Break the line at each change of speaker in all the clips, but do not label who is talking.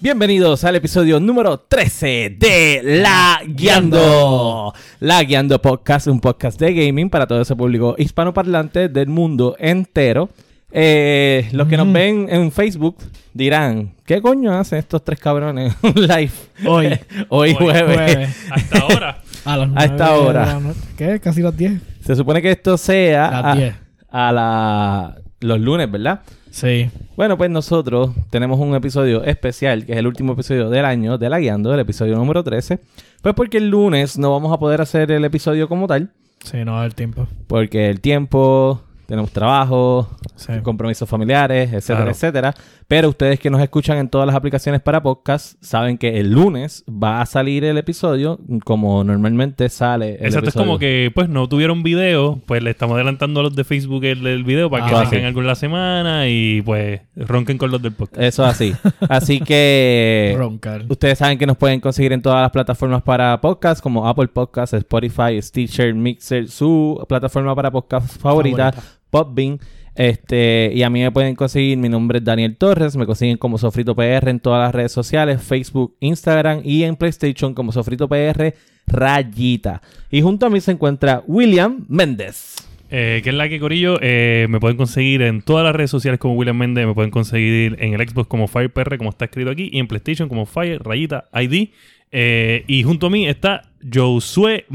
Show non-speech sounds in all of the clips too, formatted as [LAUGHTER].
Bienvenidos al episodio número 13 de La Guiando. La Guiando Podcast, un podcast de gaming para todo ese público hispanoparlante del mundo entero. Eh, los que nos ven en Facebook dirán, ¿qué coño hacen estos tres cabrones [LAUGHS] en un live
Hoy.
[LAUGHS] hoy,
Hoy
jueves?
Jueves.
Hasta ahora.
A, las
A esta
nueve de
hora.
la noche. ¿Qué? Casi las 10.
[LAUGHS] Se supone que esto sea
Las
a-
10.
a, la- los lunes, ¿verdad?
Sí.
Bueno, pues nosotros tenemos un episodio especial, que es el último episodio del año de La Guiando, el episodio número 13. Pues porque el lunes no vamos a poder hacer el episodio como tal,
Sí, no va a haber tiempo.
porque el tiempo, tenemos trabajo,
Sí.
compromisos familiares, etcétera,
Claro.
etcétera. Pero ustedes que nos escuchan en todas las aplicaciones para podcast saben que el lunes va a salir el episodio como normalmente sale el
Exacto, es
episodio.
como que pues no tuvieron video, pues le estamos adelantando a los de Facebook el, el video para que
Ah,
saquen
sí.
algo en la semana y pues ronquen con los del podcast.
Eso es así. Así
[LAUGHS]
que...
Roncar.
Ustedes saben que nos pueden conseguir en todas las plataformas para podcast, como Apple Podcasts, Spotify, Stitcher, Mixer, su plataforma para podcast favorita, Podbean. Este, y a mí me pueden conseguir, mi nombre es Daniel Torres, me consiguen como Sofrito PR en todas las redes sociales, Facebook, Instagram y en PlayStation como Sofrito PR Rayita. Y junto a mí se encuentra William Méndez.
Eh, que es la que Corillo, eh, me pueden conseguir en todas las redes sociales como William Méndez, me pueden conseguir en el Xbox como FirePR, como está escrito aquí, y en PlayStation como Fire, rayita, ID. Eh, y junto a mí está Josué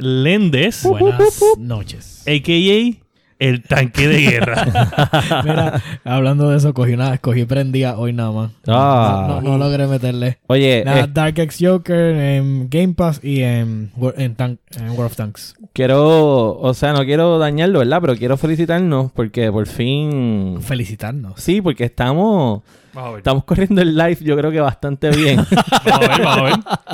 Meléndez,
Buenas noches.
[LAUGHS]
a.k.a. el tanque de guerra.
Mira, hablando de eso, cogí una, cogí prendida hoy nada más.
Ah.
No, no logré meterle.
Oye,
Nada,
eh,
Dark X Joker en Game Pass y en, Wor- en, Tank- en World of Tanks.
quiero, o sea, no quiero dañarlo, ¿verdad? Pero quiero felicitarnos porque por fin...
Felicitarnos.
Sí, porque estamos...
[LAUGHS] Vamos a ver,
Estamos corriendo el live, yo creo que bastante
[LAUGHS]
bien.
vamos a ver, vamos a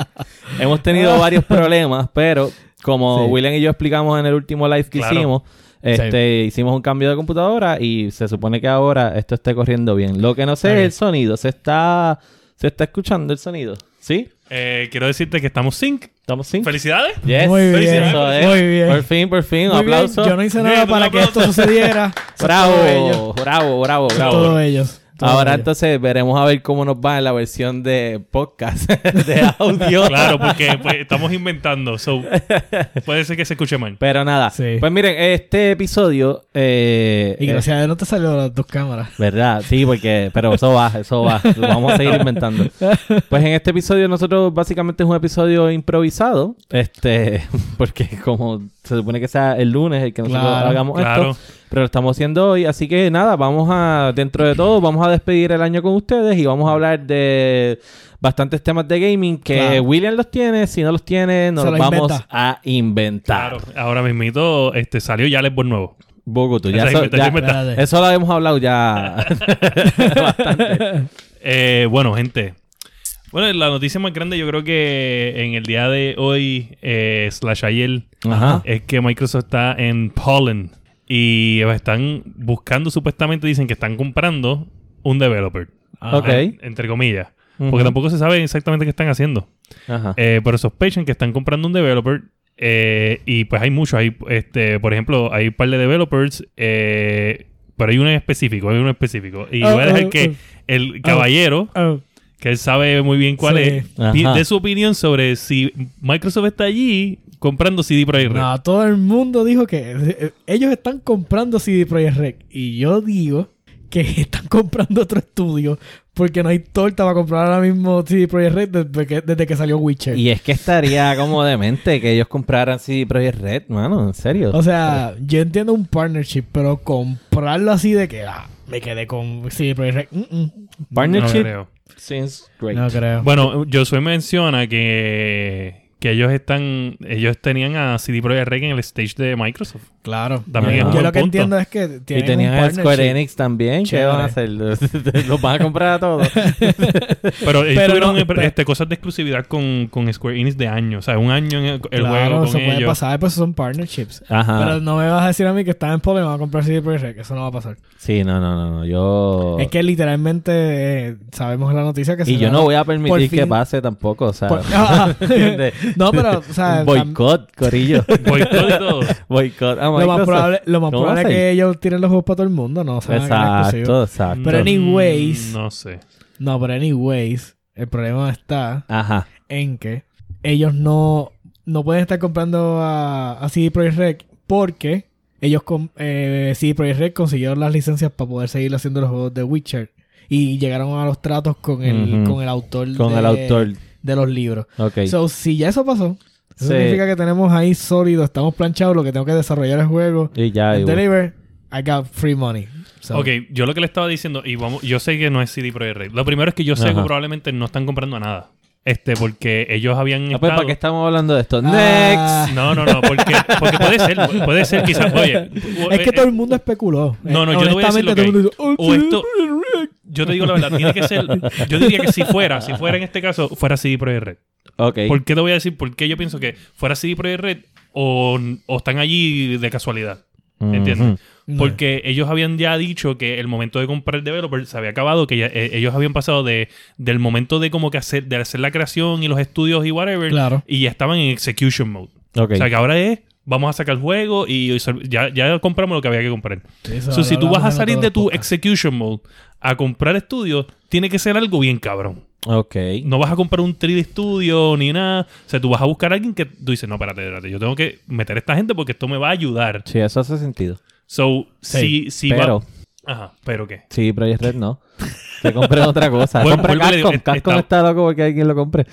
ver. [LAUGHS]
Hemos tenido varios problemas, pero como
Sí.
William y yo explicamos en el último live que
Claro.
hicimos, este, hicimos un cambio de computadora y se supone que ahora esto esté corriendo bien. Lo que no sé
Ok.
es el sonido. ¿Se está, se está escuchando el sonido? ¿Sí?
Eh, quiero decirte que estamos sync.
¿Estamos sin?
¡Felicidades!
Yes.
Muy bien,
Eso es.
muy bien.
Por fin, por fin. Un
Muy bien,
aplauso.
Yo no hice
Bien,
nada
un
para que esto
aplauso.
sucediera.
[LAUGHS]
Son todos ellos.
Bravo, bravo, bravo,
Son
bravo.
todos ellos. Todos
Ahora
ellos.
entonces veremos a ver cómo nos va en la versión de podcast, [LAUGHS] de audio.
Claro, porque pues, estamos inventando. So, puede ser que se escuche mal.
Pero nada.
Sí.
Pues miren, este episodio. eh,
Y gracias a Dios no te salieron las dos cámaras.
eh, ¿Verdad? Sí, porque. Pero eso va, eso va. Lo Vamos a seguir
[LAUGHS]
inventando. Pues en este episodio, nosotros básicamente es un episodio improvisado. Este. [LAUGHS] Porque como se supone que sea el lunes el que nosotros
Claro,
hagamos
Claro.
esto. Pero lo estamos haciendo hoy. Así que nada, vamos a. Dentro de todo, vamos a despedir el año con ustedes y vamos a hablar de. Bastantes temas de gaming que
Claro.
William los tiene, si no los tiene, nos
Se
los
los
vamos
inventa.
a inventar.
Claro. Ahora mismito este, salió ya el Xbox nuevo.
Bogotá, ya,
Esa
eso,
inventa-
ya-
esa inventa-
Espérate.
eso lo habíamos hablado ya [LAUGHS] bastante.
Eh, bueno, gente. Bueno, la noticia más grande yo creo que en el día de hoy, eh, slash ayer,
Ajá.
es que Microsoft está en Poland. Y están buscando, supuestamente dicen que están comprando un developer.
Ah,
Ok.
En- Entre comillas. Porque
Ujú.
tampoco se sabe exactamente qué están haciendo.
Ajá.
Eh, pero sospechan que están comprando un developer. eh, y pues hay muchos. Hay, este, por ejemplo, hay un par de developers. eh, pero hay uno en específico. Hay uno en específico. Y
Ah,
voy a
ah,
dejar que
ah.
el caballero,
Oh.
que él sabe muy bien cuál
Sí.
es,
Ajá.
pi- dé su opinión sobre si Microsoft está allí comprando CD Projekt Red.
No, todo el mundo dijo que eh, ellos están comprando CD Projekt Red. Y yo digo que [LAUGHS] están comprando otro estudio porque no hay torta para comprar ahora mismo CD Projekt Red desde que, desde que salió Witcher.
Y es que estaría como demente que ellos compraran CD Projekt Red, mano, en serio.
O sea, yo entiendo un partnership, pero comprarlo así de que ah, me quedé con CD Projekt Red. mm, mm,
No
Partnership
creo.
seems great.
No creo.
Bueno, Josué menciona que, que ellos están. Ellos tenían a CD Projekt Red en el stage de Microsoft.
claro.
También
es un
yo
buen
lo que
punto.
entiendo es que tienen
y tenían
un
a
partnership.
Square Enix también. ¿Qué
Chévere.
van a hacer? [LAUGHS] ¿Los van a comprar a
[LAUGHS]
todos?
Pero ellos
Pero
tuvieron
no,
eh,
pero-
este, cosas de exclusividad con, con Square Enix de años. O sea, un año en el, el
Claro,
juego
eso
con
puede
ellos. [LAUGHS]
pasar, pues son partnerships.
Ajá.
Pero no me vas a decir a mí que están en Pokémon a comprar CD Projekt Red, que eso no va a pasar.
Sí, no, no, no, no. Yo...
Es que literalmente eh, sabemos en la noticia que
Y yo
va-
no voy a permitir
por
que
fin-
pase tampoco, o sea...
por- [LAUGHS] Ah,
[LAUGHS] ¿Entiendes?
no, pero, o
[LAUGHS]
sea,
Un boicot,
[LAUGHS]
corillo.
Boicot y todo.
boicot a
lo más
Microsoft.
probable, lo más
¿Cómo va a
probable es
ser?
que ellos tiren los juegos para todo el mundo, no, o sea, que era exclusivo.
Exacto, exacto.
Pero
Mm,
anyways-
No sé.
No, pero anyways, El problema está
Ajá.
en que ellos no, no pueden estar comprando a, a CD Projekt Red porque ellos con eh, CD Projekt Red consiguieron las licencias para poder seguir haciendo los juegos de Witcher y llegaron a los tratos con el,
Ujú.
con el autor
Con
de,
el autor.
de los libros.
Ok.
So, si ya eso pasó, eso
Sí.
significa que tenemos ahí sólido, estamos planchados, lo que tengo que desarrollar el juego.
y ya.
And
y-
deliver, I got free money. So,
Ok, yo lo que le estaba diciendo, y vamos, yo sé que no es CD Projekt Red. Lo primero es que yo sé que
Ajá.
probablemente no están comprando nada. Este, porque ellos habían
Ah, pues,
estado-
¿para qué estamos hablando de esto?
Ah.
No, no, no, porque, porque puede ser, puede ser quizás, oye...
[LAUGHS] Es que
eh,
todo el mundo especuló.
No, no,
Eh,
yo te voy a decir
honestamente,
lo que
todo el mundo
hay.
dice, "Oh,
O
sí,
esto- eh, Yo te digo la verdad, tiene que ser... Yo diría que si fuera, si fuera en este caso, fuera CD Projekt Red.
Next. Ok.
¿Por qué te voy a decir por qué yo pienso que fuera CD Projekt Red o, o están allí de casualidad?
Ujú.
¿Entiendes?
No.
Porque ellos habían ya dicho que el momento de comprar el developer se había acabado, que ya, eh, ellos habían pasado de, del momento de como que hacer, de hacer la creación y los estudios y whatever,
Claro.
y ya estaban en execution mode.
Ok.
O sea que ahora es, vamos a sacar el juego y ya, ya compramos lo que había que comprar.
Eso
So,
lo
si tú vas a
hablamos en
salir
otro
de tu
podcast.
execution mode a comprar estudios, tiene que ser algo bien cabrón.
ok.
No vas a comprar un 3D Studio ni nada. O sea, tú vas a buscar a alguien que tú dices, no, espérate, espérate, yo tengo que meter a esta gente porque esto me va a ayudar.
Sí, eso hace sentido.
So,
Sí,
si, si va-
Pero,
Ajá, pero qué.
sí, Project Red
[LAUGHS]
no. Que compren otra cosa.
Bueno,
Compra
vuelvo y le digo,
Capcom.
es-
Capcom
está-
está... loco porque alguien lo compre.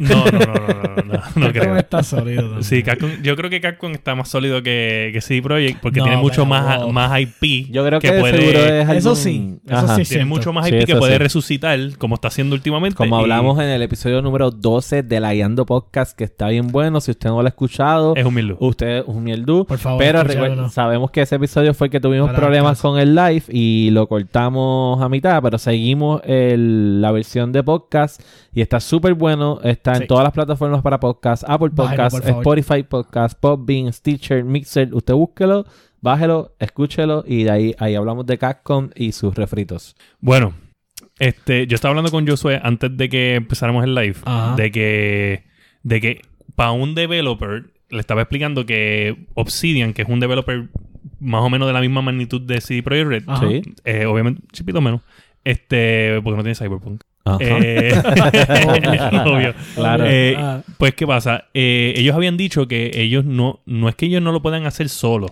No, no, no, no, no, no,
[LAUGHS]
no, no
Capcom
creo.
está sólido. también.
Sí, Capcom, yo creo que Capcom está más sólido que, que CD Projekt porque
No,
tiene mucho
pero
más,
wow.
más IP.
Yo creo que, de seguro es algún...
Eso sí, eso
Ajá.
sí
Tiene
Siento.
mucho más
Sí,
IP que
eso
puede
sí.
resucitar, como está haciendo últimamente.
Como
y
hablamos en el episodio número 12 de la Guiando Podcast, que está bien bueno. Si usted no lo ha escuchado,
Es un Milu.
usted es un mieldú.
Por favor,
Pero
escúchalo,
recuer-
no.
sabemos que ese episodio fue el que tuvimos
Para
problemas
casa.
con el live y lo cortamos a mitad, pero seguimos el- la versión de podcast y está súper bueno. Está en
Sí.
todas las plataformas para podcast, Apple
Bájelo,
Podcast,
por favor.
Spotify Podcast, Podbean, Stitcher, Mixer. Usted búsquelo, bájelo, escúchelo y de ahí, ahí hablamos de Capcom y sus refritos.
Bueno, este, yo estaba hablando con Josué antes de que empezáramos el live,
Ajá.
de que, de que para un developer, le estaba explicando que Obsidian, que es un developer más o menos de la misma magnitud de CD Projekt Red,
Ajá.
Sí.
eh, obviamente, chipito menos, este, porque no tiene Cyberpunk.
Ajá.
[LAUGHS]
Eh, [LAUGHS] obvio.
[LAUGHS] Claro.
Eh,
Ah,
Pues, ¿qué pasa? Eh, ellos habían dicho que ellos no, no es que ellos no lo puedan hacer solo,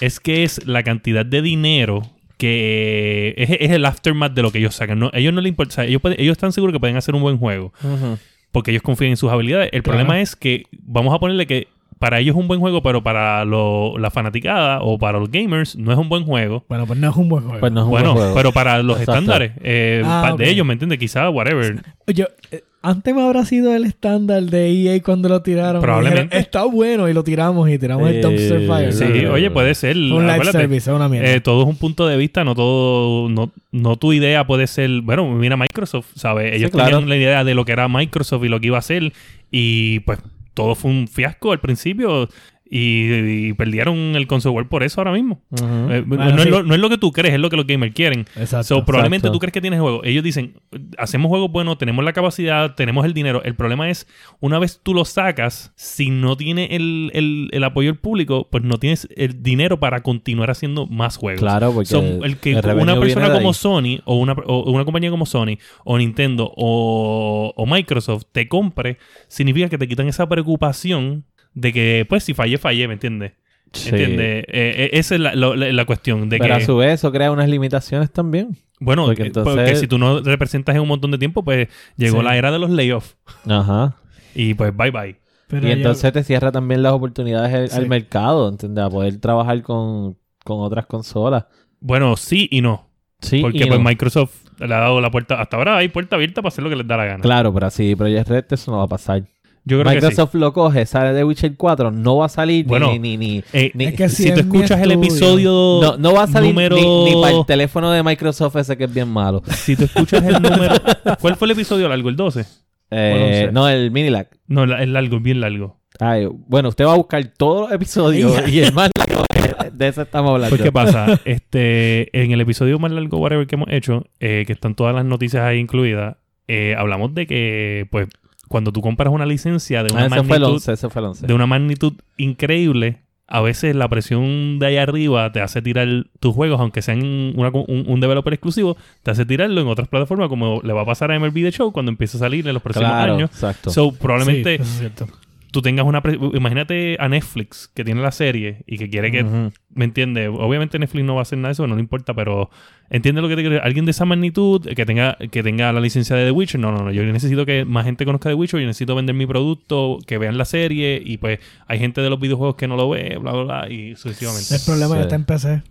es que es la cantidad de dinero que es, es el aftermath de lo que ellos sacan. No, ellos no les importa, o sea, ellos, pueden- ellos están seguros que pueden hacer un buen juego
Ujú.
porque ellos confían en sus habilidades. El
Claro.
problema es que vamos a ponerle que para ellos es un buen juego, pero para lo- la fanaticada o para los gamers no es un buen juego.
bueno, pues no es un buen juego.
Pues no es un
Bueno,
buen juego.
pero para los
Exacto.
estándares, eh,
Ah,
para
ok.
de ellos, ¿me entiendes? Quizá, whatever.
Yo, eh, antes me habrá sido el estándar de EA cuando lo tiraron.
Probablemente.
Dijeron, está bueno y lo tiramos y tiramos el Dumpster
Eh,
Fire.
Claro.
Sí, oye, puede ser.
Un live
acuérdate.
service, es una mierda.
Eh, todo es un punto de vista, no todo, no, no tu idea puede ser, bueno, mira Microsoft, ¿sabes? Ellos
Sí, claro.
tenían la idea de lo que era Microsoft y lo que iba a hacer y pues todo fue un fiasco al principio y, y perdieron el console war por eso ahora mismo.
Ujú.
Eh,
Bueno,
no,
sí.
es lo, no es lo que tú crees, es lo que los gamers quieren.
Exacto.
So, probablemente
Exacto.
tú crees que tienes juego. Ellos dicen, hacemos juegos buenos, tenemos la capacidad, tenemos el dinero. El problema es, una vez tú lo sacas, si no tiene el, el- el apoyo del público, pues no tienes el dinero para continuar haciendo más juegos.
Claro, porque
So, el que
el revenue
una
viene
persona
de
como
ahí.
Sony o una, o una compañía como Sony o Nintendo o, o Microsoft te compre, significa que te quitan esa preocupación de que, pues, si fallé, fallé, ¿me entiendes?
Sí.
¿Entiendes? Eh, eh, esa es la, lo- la- la cuestión. De
Pero
que,
a su vez eso crea unas limitaciones también.
bueno,
Porque
eh,
entonces-
porque si tú no representas en un montón de tiempo, pues llegó
Sí.
la era de los layoffs.
Ajá.
Y pues bye bye.
Pero
y
yo-
entonces te cierra también las oportunidades al, al
Sí.
mercado, ¿entiendes? A poder trabajar con, con otras consolas.
Bueno, sí y no.
Sí,
porque
y
pues
no.
Microsoft le ha dado la puerta. Hasta ahora hay puerta abierta para hacer lo que les da la gana.
Claro, pero así Project Red eso no va a pasar.
Yo creo que sí.
Microsoft lo coge, sale de Witcher 4, no va a salir ni-
Bueno,
ni... ni, ni-
Eh,
ni-
Es que
si
si
tú
es mi
escuchas el
estudio-
episodio.
no, no va a salir
número-
ni, para el teléfono de Microsoft ese que es bien
[LAUGHS]
malo.
Si tú [LAUGHS] escuchas el
[LAUGHS]
número. ¿Cuál fue el episodio largo? ¿El 12?
Eh,
once.
no, el Minilac.
No, la- el largo, bien largo.
Ay, bueno, usted va a buscar todos los
[LAUGHS]
episodios y el más largo, [LAUGHS] de eso estamos hablando.
Pues, ¿qué pasa? Este, en el episodio más largo, whatever, que hemos hecho, eh, que están todas las noticias ahí incluidas, eh, hablamos de que, pues, cuando tú compras una licencia de
Ah,
una
ese fue el
magnitud
11, ese fue el 11.
de una magnitud increíble, a veces la presión de allá arriba te hace tirar tus juegos, aunque sean una- un, un developer exclusivo, te hace tirarlo en otras plataformas, como le va a pasar a MLB The Show cuando empiece a salir en los próximos
Claro,
años.
exacto.
So,
Sí,
probablemente
eso es cierto.
tú tengas una... pre- Imagínate a Netflix, que tiene la serie y que quiere que
Ujú.
¿Me entiendes? Obviamente Netflix no va a hacer nada de eso, no le importa, pero entiende lo que te quiero decir. Alguien de esa magnitud que tenga, que tenga la licencia de The Witcher. No, no, no. Yo necesito que más gente conozca The Witcher, yo necesito vender mi producto, que vean la serie, y pues hay gente de los videojuegos que no lo ve, bla, bla, bla, y sucesivamente.
El problema
Sí.
ya está en PC.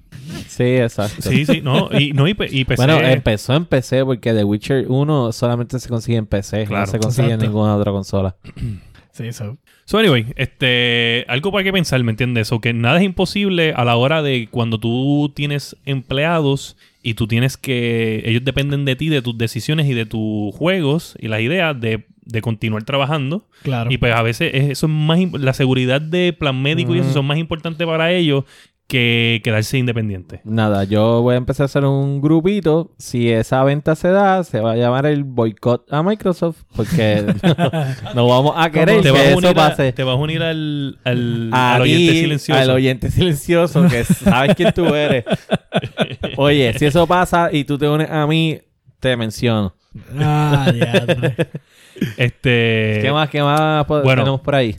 Sí, exacto.
Sí, pues sí, no, y, no, y, pe- y PC,
Bueno, eh, empezó en PC porque The Witcher 1 solamente se consigue en PC,
Claro.
no se consigue en
Exacto.
ninguna otra consola.
Sí, eso.
So, anyway, este, algo para que pensar, ¿me entiendes? O que nada es imposible a la hora de cuando tú tienes empleados y tú tienes que. Ellos dependen de ti, de tus decisiones y de tus juegos y las ideas de, de continuar trabajando.
Claro.
Y pues a veces es- eso es más. im- La seguridad de plan médico y eso
Ujú.
son más importantes para ellos que quedarse independiente.
Nada, yo voy a empezar a hacer un grupito. Si esa venta se da, se va a llamar el boicot a Microsoft
[LAUGHS]
porque no, no vamos a querer que
Te vas a
eso
unir, a-
pase.
te vas a unir al, al,
A
al
ti,
oyente silencioso.
Al oyente silencioso, que sabes quién tú eres.
[LAUGHS]
Oye, si eso pasa y tú te unes a mí, te menciono.
Ah, diadre.
Este,
¿Qué más, qué más po-
bueno.
tenemos por ahí?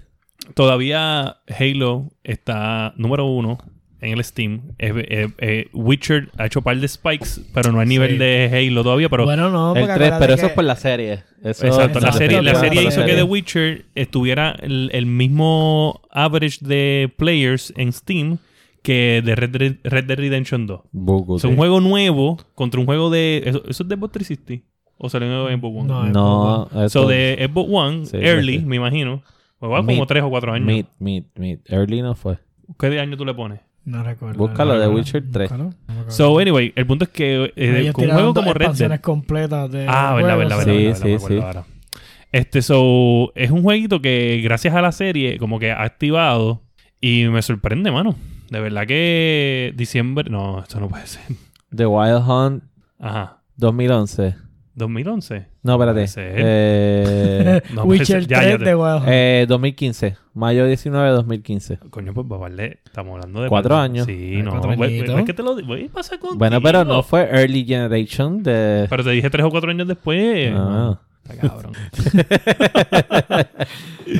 Todavía Halo está número uno en el Steam. Eh, eh, eh, Witcher ha hecho par de spikes, pero no hay nivel
Sí.
de Halo todavía. [LAUGHS] Pero
bueno, no,
el 3,
porque acuérdate
pero eso
que-
es por la serie. Eso-
exacto, la
Exacto,
serie, la
pero-
serie
pero-
hizo que The Witcher estuviera el, el mismo average de players en Steam que de Red, Dead- Red Dead Redemption 2.
Bugu,
O sea, un
sí.
juego nuevo contra un juego de. ¿Eso, eso es de Xbox 360? ¿O salió en Xbox One?
No,
No,
So,
eso-
de Xbox One,
Sí,
early,
sí.
me imagino. Pues va como
Mid.
3 o 4 años.
Mid, mid, mid. Early no fue.
¿Qué de año tú le pones?
No recuerdo.
Búscalo,
no
The
recuerdo.
Witcher 3.
Búscalo. No me acuerdo.
So, anyway, el punto es que eh,
Ellos
con un
tiraron
juego
dos
como Red
expansiones
Dead.
completas de
Ah, verdad,
juegos,
verdad,
o
verdad.
sea,
Sí,
verdad,
sí,
me acuerdo
sí.
ahora. Este, so, es un jueguito que gracias a la serie, como que ha activado y me sorprende, mano. De verdad que diciembre. No, esto no puede ser.
The Wild Hunt
Ajá.
2011.
2011.
No, espérate.
Puede ser. [LAUGHS]
Eh,
No, pues,
Witcher
ya, ya
3
te-
de Wild Hunt.
eh, 2015. Mayo 19 de 2015.
Coño, pues, vale, estamos hablando de.
Cuatro años.
Sí, no.
cuatro
pues,
añitos.
pues, ¿qué te lo digo? Pues, pasa contigo.
Bueno, pero no fue Early Generation de...
Pero te dije tres o cuatro años después.
Ah.
Está cabrón.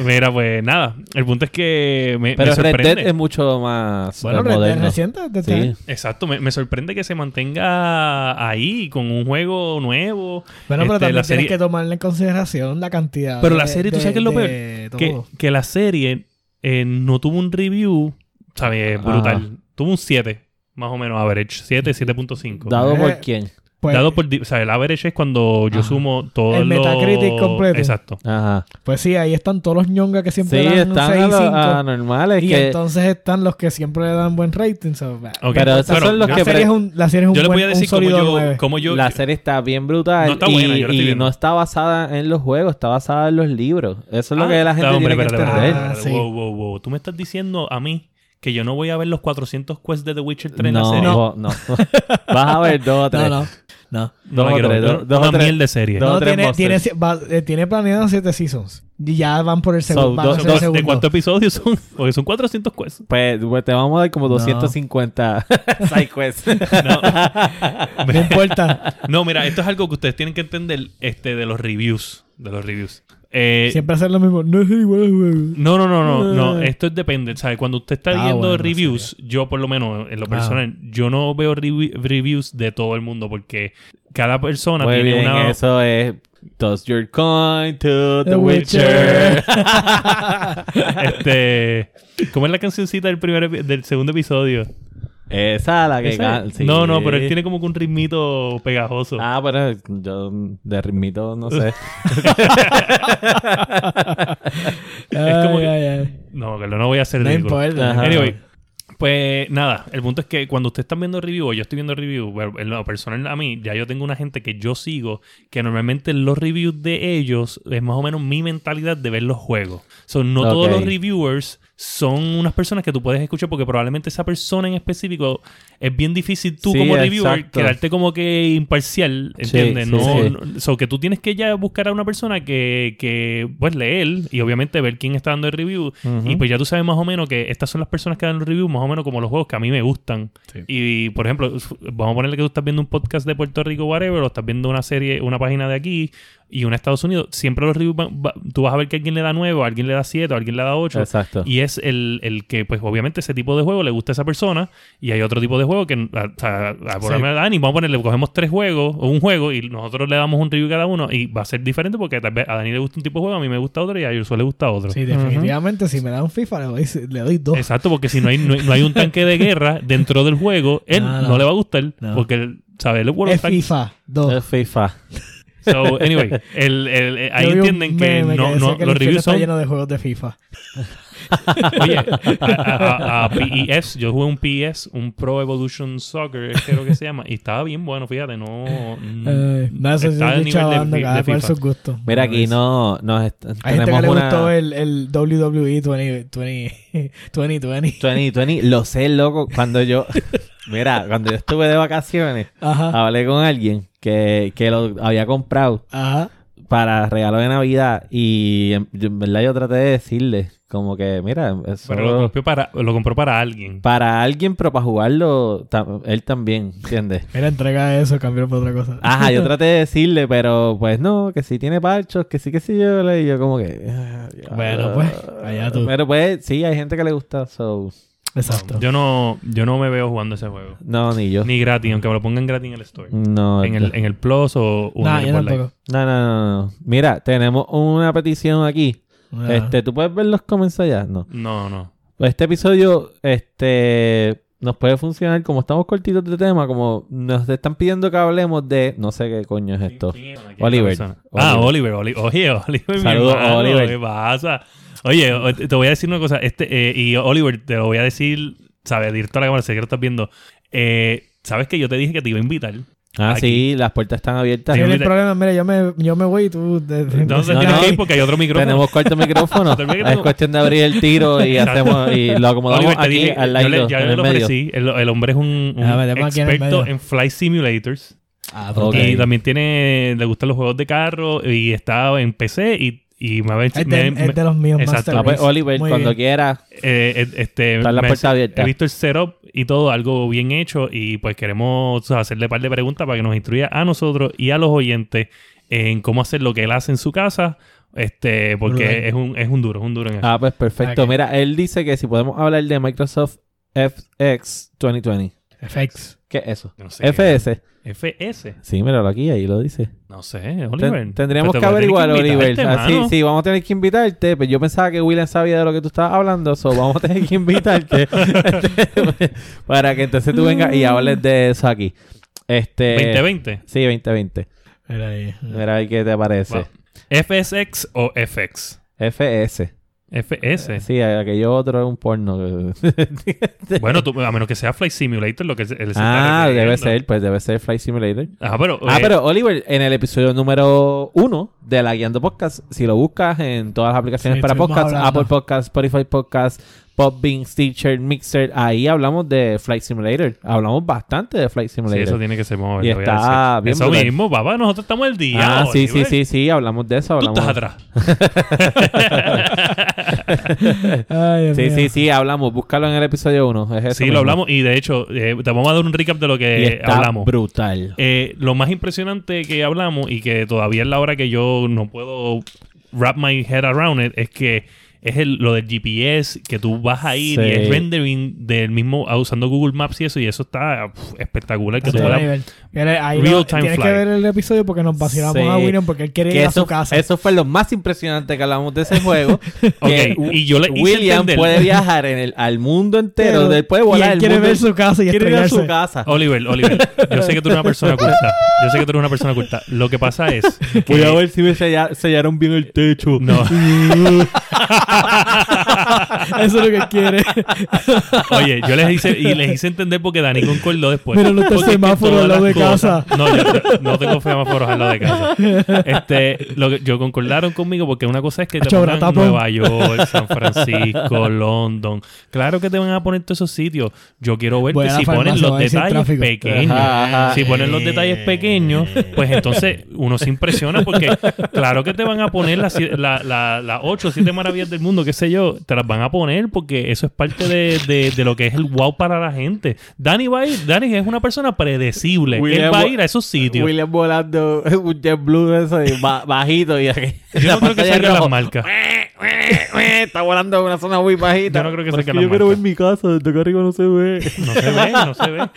Mira, pues nada. El punto es que me, me
Pero Red
sorprende.
Dead es mucho más [LAUGHS]
bueno,
eh,
Red Dead
moderno.
reciente. de
Sí.
este-
Exacto, me, me sorprende que se mantenga ahí con un juego nuevo.
Bueno,
Este,
pero también
la
tienes
serie-
que tomarle en consideración la cantidad.
Pero la
de-
serie, ¿tú
de-
sabes qué es lo peor?
de
Que,
todo.
que la serie eh, no tuvo un review,
Ah.
¿sabes? Brutal. Tuvo un 7, más o menos, average. 7, 7.5. Dado,
¿Dado por
Eh,
quién?
Pues,
por... di- O sea, el average es cuando yo
Ajá.
sumo todo
El Metacritic completo.
Exacto.
Ajá.
pues sí, ahí están todos los ñongas que
Sí,
siempre dan
están
6
a
y
los
5.
anormales
y
que...
entonces están los que siempre le dan buen rating. so, bah.
Ok,
Pero esos
bueno,
son los
yo-
la,
que
serie
pre-
es un, la serie es un
Yo les
buen,
voy a
un
decir cómo
sólido
yo,
9.
cómo yo...
la serie está bien brutal
No está
y,
buena, yo la estoy
y
viendo.
no está basada en los juegos, está basada en los libros. Eso es lo
Ah,
que la gente
está, hombre,
tiene
espérate,
que
espérate,
entender.
Ah,
espérate,
sí.
Wow, wow, wow. Tú me estás diciendo a mí que yo no voy a ver los 400 quests de The Witcher 3 Ah, en la
no,
serie.
no, no. [LAUGHS] Vas a ver dos o tres.
[LAUGHS] No,
Dos
no. No,
No
o
la quiero
tres,
ver.
dos- dos o
Una
tres.
miel de serie.
Dos-
No,
o tres
tiene,
monsters.
tiene, si- va- eh, tiene planeado 7 seasons. Y ya van por el segundo.
So,
van a
dos-
hacer el
Dos- ¿De
segundo.
cuántos episodios son? [LAUGHS] Porque son 400 quests.
Pues, pues, te vamos a dar como 250 [LAUGHS] side quests.
[LAUGHS] No,
No importa.
no, mira, esto es algo que ustedes tienen que entender este, de los reviews. De los reviews. [LAUGHS] Eh,
siempre hacer lo mismo. No es igual al juego.
no, no, no, no,
Ah.
no. Esto es depende. ¿sabes? Cuando usted está
Ah,
viendo
bueno,
reviews, yo por lo menos en lo
Ah.
personal, yo no veo revi- reviews de todo el mundo porque cada persona
Muy
tiene
Pues bien,
una...
eso es. Toss your coin to The,
The
Witcher. [LAUGHS]
Witcher.
[LAUGHS] Este, ¿Cómo es la cancioncita del, primer, epi- del segundo episodio?
Esa es la que
¿Esa?
gan- sí.
No, no, pero él tiene como que un ritmito pegajoso.
Ah, bueno, yo de ritmito no
[LAUGHS]
sé.
Ay,
como que-
ay, ay.
No, que lo- no voy a hacer
No
ridículo.
importa.
Ajá.
Anyway, Pues nada, el punto es que cuando ustedes están viendo review, o yo estoy viendo review, pero en lo personal a mí, ya yo tengo una gente que yo sigo, que normalmente los reviews de ellos es más o menos mi mentalidad de ver los juegos. Son no todos
Ok.
los reviewers son unas personas que tú puedes escuchar porque probablemente esa persona en específico es bien difícil tú
Sí,
como reviewer
exacto.
quedarte como que imparcial, ¿entiendes?
sí,
no,
sí.
no- so que tú tienes que ya buscar a una persona que, que pues leer y obviamente ver quién está dando el review
Ujú.
y pues ya tú sabes más o menos que estas son las personas que dan los reviews, más o menos como los juegos que a mí me gustan.
Sí.
Y, por ejemplo, s- vamos a ponerle que tú estás viendo un podcast de Puerto Rico, whatever, o estás viendo una serie, una página de aquí y una de Estados Unidos. Siempre los reviews, van- va- tú vas a ver que alguien le da 9, alguien le da 7, alguien le da 8.
Exacto.
Y es el, el que, pues obviamente ese tipo de juego le gusta a esa persona y hay otro tipo de juego que, a- o sea, a- por
Sí.
ejemplo, a Dani, vamos a ponerle, cogemos tres juegos o un juego y nosotros le damos un review cada uno y va a ser diferente porque tal vez a Dani le gusta un tipo de juego, a mí me gusta otro y a Joshua le gusta otro.
Sí, definitivamente, si me dan un FIFA, le doy, le doy dos.
Exacto, porque si no hay, no, hay- no hay un tanque de guerra dentro del juego, él
No,
no,
no.
le va a gustar
No.
porque, él- ¿sabes? Él es bueno
es
tanque.
FIFA, dos.
Es FIFA.
So, anyway, el-
[LAUGHS]
el- el- ahí
Yo vi un
entienden que
meme decía
no,
que
no,
el
los
infierno
reviews
está
son
lleno de juegos de FIFA. [LAUGHS]
Oye, a, a- a- a PES, yo jugué un PES, un Pro Evolution Soccer, creo que se llama, y estaba bien bueno, fíjate, no... mm,
Eh, nada, eso
está al
es
nivel
chavando,
de fi-
cada
de
cual
FIFA.
sus gustos.
Mira, aquí no, nos est-
pues, Hay gente
tenemos
que le
una...
gustó el, el E WWE [LAUGHS] 2020, 2020.
2020, lo sé, loco. Cuando yo... [LAUGHS] Mira, cuando yo estuve de vacaciones,
Ajá.
hablé con alguien que, que lo había comprado
Ajá.
para regalo de Navidad y en, yo- en verdad yo traté de decirle como que, mira, eso...
Pero lo compró para, lo compró para alguien.
Para alguien, pero para jugarlo, ta- él también, ¿entiendes?
Mira, entrega eso, cambió por otra cosa.
Ajá, yo traté de decirle, pero pues no, que sí tiene parchos, que sí, que sí, yo le y yo como que... ah, ya,
Bueno, pues, allá tú.
Pero pues, sí, hay gente que le gusta, so...
Exacto.
Yo no, yo no me veo jugando ese juego.
No, ni yo.
Ni gratis, aunque me lo pongan gratis en el store.
No,
En el, en el Plus o, o
Nah, yo
en el Xbox Live.
tampoco.
no, no, no, no. Mira, tenemos una petición aquí.
Nah.
Este, ¿tú puedes ver los comments allá? No.
No, no.
Este episodio, este, nos puede funcionar como estamos cortitos de tema, como nos están pidiendo que hablemos de, no sé qué coño es esto.
¿Quién es? ¿Quién es
Oliver.
esa persona? Ah, Oliver. Oli- Oye, [LAUGHS] Oliver. mi
Saludos,
hermano,
Oliver.
¿Qué pasa? Oye, o- te voy a decir una cosa. Este, eh, y Oliver, te lo voy a decir, ¿sabes? Directo a la cámara, sé que lo estás viendo. Eh, ¿Sabes que yo te dije que te iba a invitar?
Ah,
Aquí.
sí, las puertas están abiertas.
Sí, no hay
mira.
problema, mira, yo me, yo me voy y tú... de- de-
Entonces
No,
tienes
no.
que ir porque hay otro micrófono.
Tenemos
[LAUGHS]
cuarto micrófono.
También que
es
tengo-
cuestión de abrir el tiro y
Exacto.
hacemos y
[LAUGHS]
lo acomodamos
Oliver, te
aquí
dije,
al
yo
lado.
le, ya le ofrecí. El, el hombre es un, un
Ah, me tengo aquí en el
experto
medio.
en Flight Simulators.
Ah,
Ok.
brutal.
Y también tiene, le gustan los juegos de carro y está en PC y, y me,
Es de,
me-
Este es de los míos,
Exacto.
Master
Ah, pues,
Race.
Oliver,
Muy
cuando
bien.
quieras,
Eh, eh, este,
Están las
me-
puertas abiertas.
He visto el setup y todo, algo bien hecho. Y pues queremos o sea, hacerle un par de preguntas para que nos instruya a nosotros y a los oyentes en cómo hacer lo que él hace en su casa. Este,
Brutal.
porque es un, es un duro, es un duro en eso.
Ah, pues perfecto.
Ok.
Mira, él dice que si podemos hablar de Microsoft FX 2020.
FX.
¿Qué es eso?
No sé qué-
FS.
FS.
Sí, míralo aquí, ahí lo dice.
No sé,
Ten-
Oliver.
tendríamos que
Pero te voy a tener
averiguar,
invitarte,
Oliver. Ah, Sí,
este mano.
sí, vamos a tener que invitarte. Pero yo pensaba que William sabía de lo que tú estabas hablando, so vamos a tener que
[LAUGHS]
invitarte [LAUGHS] para que entonces tú vengas y hables de eso aquí. Este,
2020.
Sí, 2020.
Mira ahí.
Mira ahí qué te parece.
Wow. FSX o FX.
FS.
FS.
Ah, Sí, aquello otro es un porno. [LAUGHS]
Bueno, tú- a menos que sea Flight Simulator, lo que él se está
ah, debe
refiriendo.
ser, pues debe ser Flight Simulator.
Ah, pero,
Ah,
eh,
pero Oliver, en el episodio número uno de la Guiando Podcast, si lo buscas en todas las aplicaciones
Sí,
para
estuvimos
podcast,
hablando.
Apple Podcast, Spotify Podcast, Podbean, Stitcher, Mixer, ahí hablamos de Flight Simulator. Hablamos bastante de Flight
Sí,
Simulator.
eso tiene que ser mover.
Y
le voy a
está
decir.
bien
Eso
brutal.
mismo, papá, nosotros estamos al día.
ah, sí, sí,
Oliver.
sí, sí, hablamos de eso.
Tú
Hablamos.
estás atrás.
Ay,
[LAUGHS]
Dios
Sí,
mío.
sí, sí, hablamos. Búscalo en el episodio uno. Es eso
sí,
mismo.
lo hablamos. Y de hecho, eh, te vamos a dar un recap de lo
Y
que
está
hablamos.
brutal.
Eh, lo más impresionante que hablamos y que todavía es la hora que yo no puedo wrap my head around it es que es el- lo del GPS que tú vas a ir y
Sí.
es rendering del mismo ah, usando Google Maps y eso y eso está pf, espectacular que tú
Sí.
Otro
puedas-
nivel. Mira, ahí
Real
no-
time
tienes
fly.
que ver el episodio porque nos vacilamos
Sí.
a William porque él quiere
Que
ir a
eso,
su casa.
eso fue lo más impresionante que hablamos de ese juego. que
[LAUGHS] Ok, y yo le hice
William
entender-
puede viajar en el, al mundo entero,
Pero-
después
y
volar
él
el
quiere
mundo
ver su casa y
quiere ir a
estrellarse.
su casa.
Oliver, Oliver, yo sé que tú eres una persona culta. Yo sé que tú eres una persona culta. [LAUGHS]
[LAUGHS]
Lo que pasa es. que- [LAUGHS]
si me sellaron bien el techo.
No.
[LAUGHS] Eso es lo que quiere.
Oye, yo les hice, y les hice entender porque Dani concordó después.
Pero no está el
Porque es que
semáforo al
todas
lado
las
de
cosas-
casa.
No, yo no tengo semáforos al lado de casa. Este, lo que, yo concordaron conmigo porque una cosa es que te
Acho, habrá
pongan
tapón.
Nueva York, San Francisco, London. Claro que te van a poner todos esos sitios. Yo quiero ver que
Buena
si ponen
farmacia, va
los
a decir
detalles
tráfico.
pequeños.
Ajá, ajá.
Si ponen los
Eh.
detalles pequeños, pues entonces uno se impresiona porque claro que te van a poner las si- la- la- las ocho o siete maravillas del mundo, qué sé yo, te las van a poner porque eso es parte de, de- de lo que es el wow para la gente. Dani va a ir, Dani es una persona predecible.
William
Él va a
Wa-
ir a esos sitios.
William volando [LAUGHS] un JetBlue de eso y ba- bajito y aquí.
[LAUGHS] Yo no creo que salga
[LAUGHS]
las marcas.
Está volando en una zona muy bajita.
Yo no creo que
Pero es
salga la
Yo quiero
marca.
ver mi casa, desde acá arriba no se ve.
No se ve, no se ve.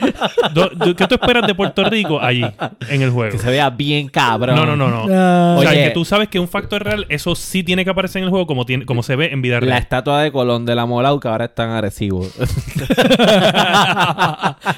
Do- do- ¿Qué tú esperas de Puerto Rico allí, en el juego?
Que se vea bien cabrón.
No, no, no, no.
Ah,
o sea,
Oye.
que tú sabes que un factor real, eso sí tiene que aparecer en el juego como, tiene, como se ve en vida
La
real.
estatua de Colón de la Molau que ahora es tan
[LAUGHS]
agresivo.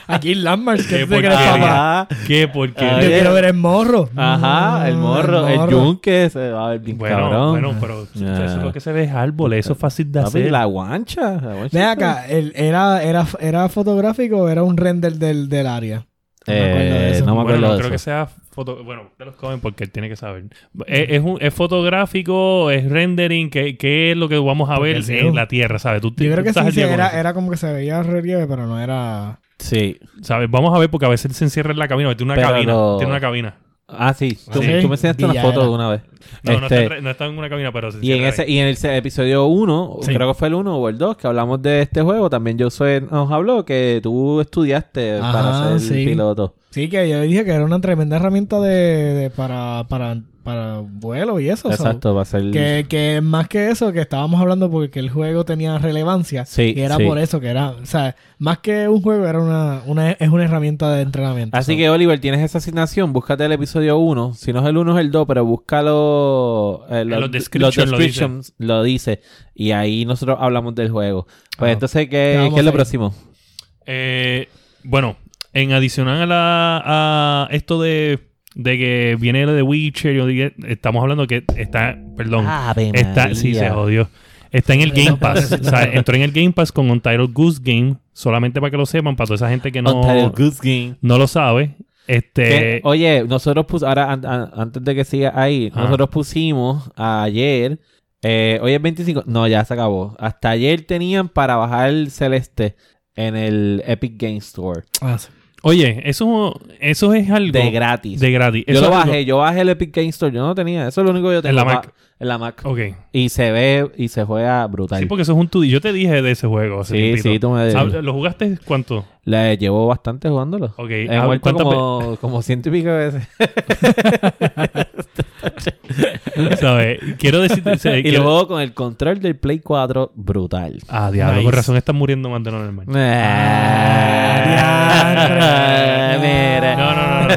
Aquí en Landmarks,
Qué
que te crees,
porquería.
papá?
Qué porquería.
Yo
Oye.
quiero ver el morro.
Ajá, el
Mm,
morro, el yunque se va a ver bien
Bueno,
cabrón.
bueno, pero
Ya.
eso es lo que se ve es árboles, eso es fácil de
Papi,
hacer.
la guancha. la guancha.
Ve acá, el- era, era, ¿era fotográfico o era un render del, del área? No me acuerdo de
Eh,
eso.
no me
Bueno,
acuerdo
no
de
creo
eso.
que sea foto... Bueno, ustedes los comen porque él tiene que saber. Es, es un- es fotográfico, es rendering, ¿qué, qué es lo que vamos a
Porque
ver
sí.
en la Tierra, ¿sabes? Tú,
Yo creo
tú
que sí,
estás ¿eh? al
sí,
día con
era,
eso,
era como que se veía relieve, pero no era...
Sí.
¿sabes? Vamos a ver porque a veces él se encierra en la cabina, tiene una
Pero
cabina,
lo-
tiene una cabina.
Ah, sí. Tú,
Sí.
tú me enseñaste una
Villa
foto
era.
de una vez.
No, no,
Este,
está, en re- no está en una cabina, pero se
y en
encierra
ese
ahí.
y en el se- episodio 1,
Sí.
creo que fue el 1 o el 2, que hablamos de este juego, también Josué nos habló que tú estudiaste
Ajá,
para ser
sí.
piloto.
Sí, que yo dije que era una tremenda herramienta de, de- para, para, para vuelo y eso. o sea,
Exacto, para ser...
Que, que más que eso, que estábamos hablando porque el juego tenía relevancia.
Sí,
y era
sí.
por eso que era. O sea, más que un juego, era una, una, es una herramienta de entrenamiento.
Así
So,
que, Oliver, tienes esa asignación. Búscate el episodio 1. Si no es el 1, es el 2, pero búscalo. eh,
los description lo
descriptions lo dice. Y ahí nosotros hablamos del juego. Pues
Ah.
entonces,
Ya
¿qué,
vamos
qué es lo
ahí.
próximo?
Eh, bueno, en adicional a, la- a esto de, de que viene lo de Witcher, yo dije- estamos hablando que está, perdón,
Ah,
Ave
está, sí, se
María.
jodió. Está en el Game Pass. o sea, entró en el Game Pass con Untitled Goose Game, solamente para que lo sepan, para toda esa gente que
Ontario
no,
Goose Game.
no lo sabe.
Que-
Este,
Oye, nosotros pusimos. Ahora, an- an- antes de que siga ahí,
Ajá.
nosotros pusimos ayer. eh, hoy es 25. No, ya se acabó. Hasta ayer tenían para bajar el Celeste en el Epic Game Store.
ah, sí.
oye, eso, eso es algo
De gratis.
de gratis.
Yo
Eso
lo
es algo-
bajé, yo bajé el Epic Game Store, yo no tenía, eso es lo único que yo tengo.
En la
pa-
Mac.
En la Mac.
Ok.
Y se ve y se juega brutal.
Sí,
Sí,
porque eso es un 2D. Yo te dije de ese juego. hace
sí,
tiempito.
tú me
Habla- ¿Lo jugaste cuánto?
Le llevo bastante jugándolo.
Ok.
He
hab-
muerto
¿cuántas [LAUGHS]
como, como ciento y pico de veces.
ve- [LAUGHS] ¿Sabes? Quiero decirte.
[LAUGHS]
sé,
Y
quiero-
lo juego con el control del Play 4 brutal.
Ah, diablo,
Nice.
con razón estás muriendo más de lo normal.
Ah,
diantre.
Mira.
No, no, no, no.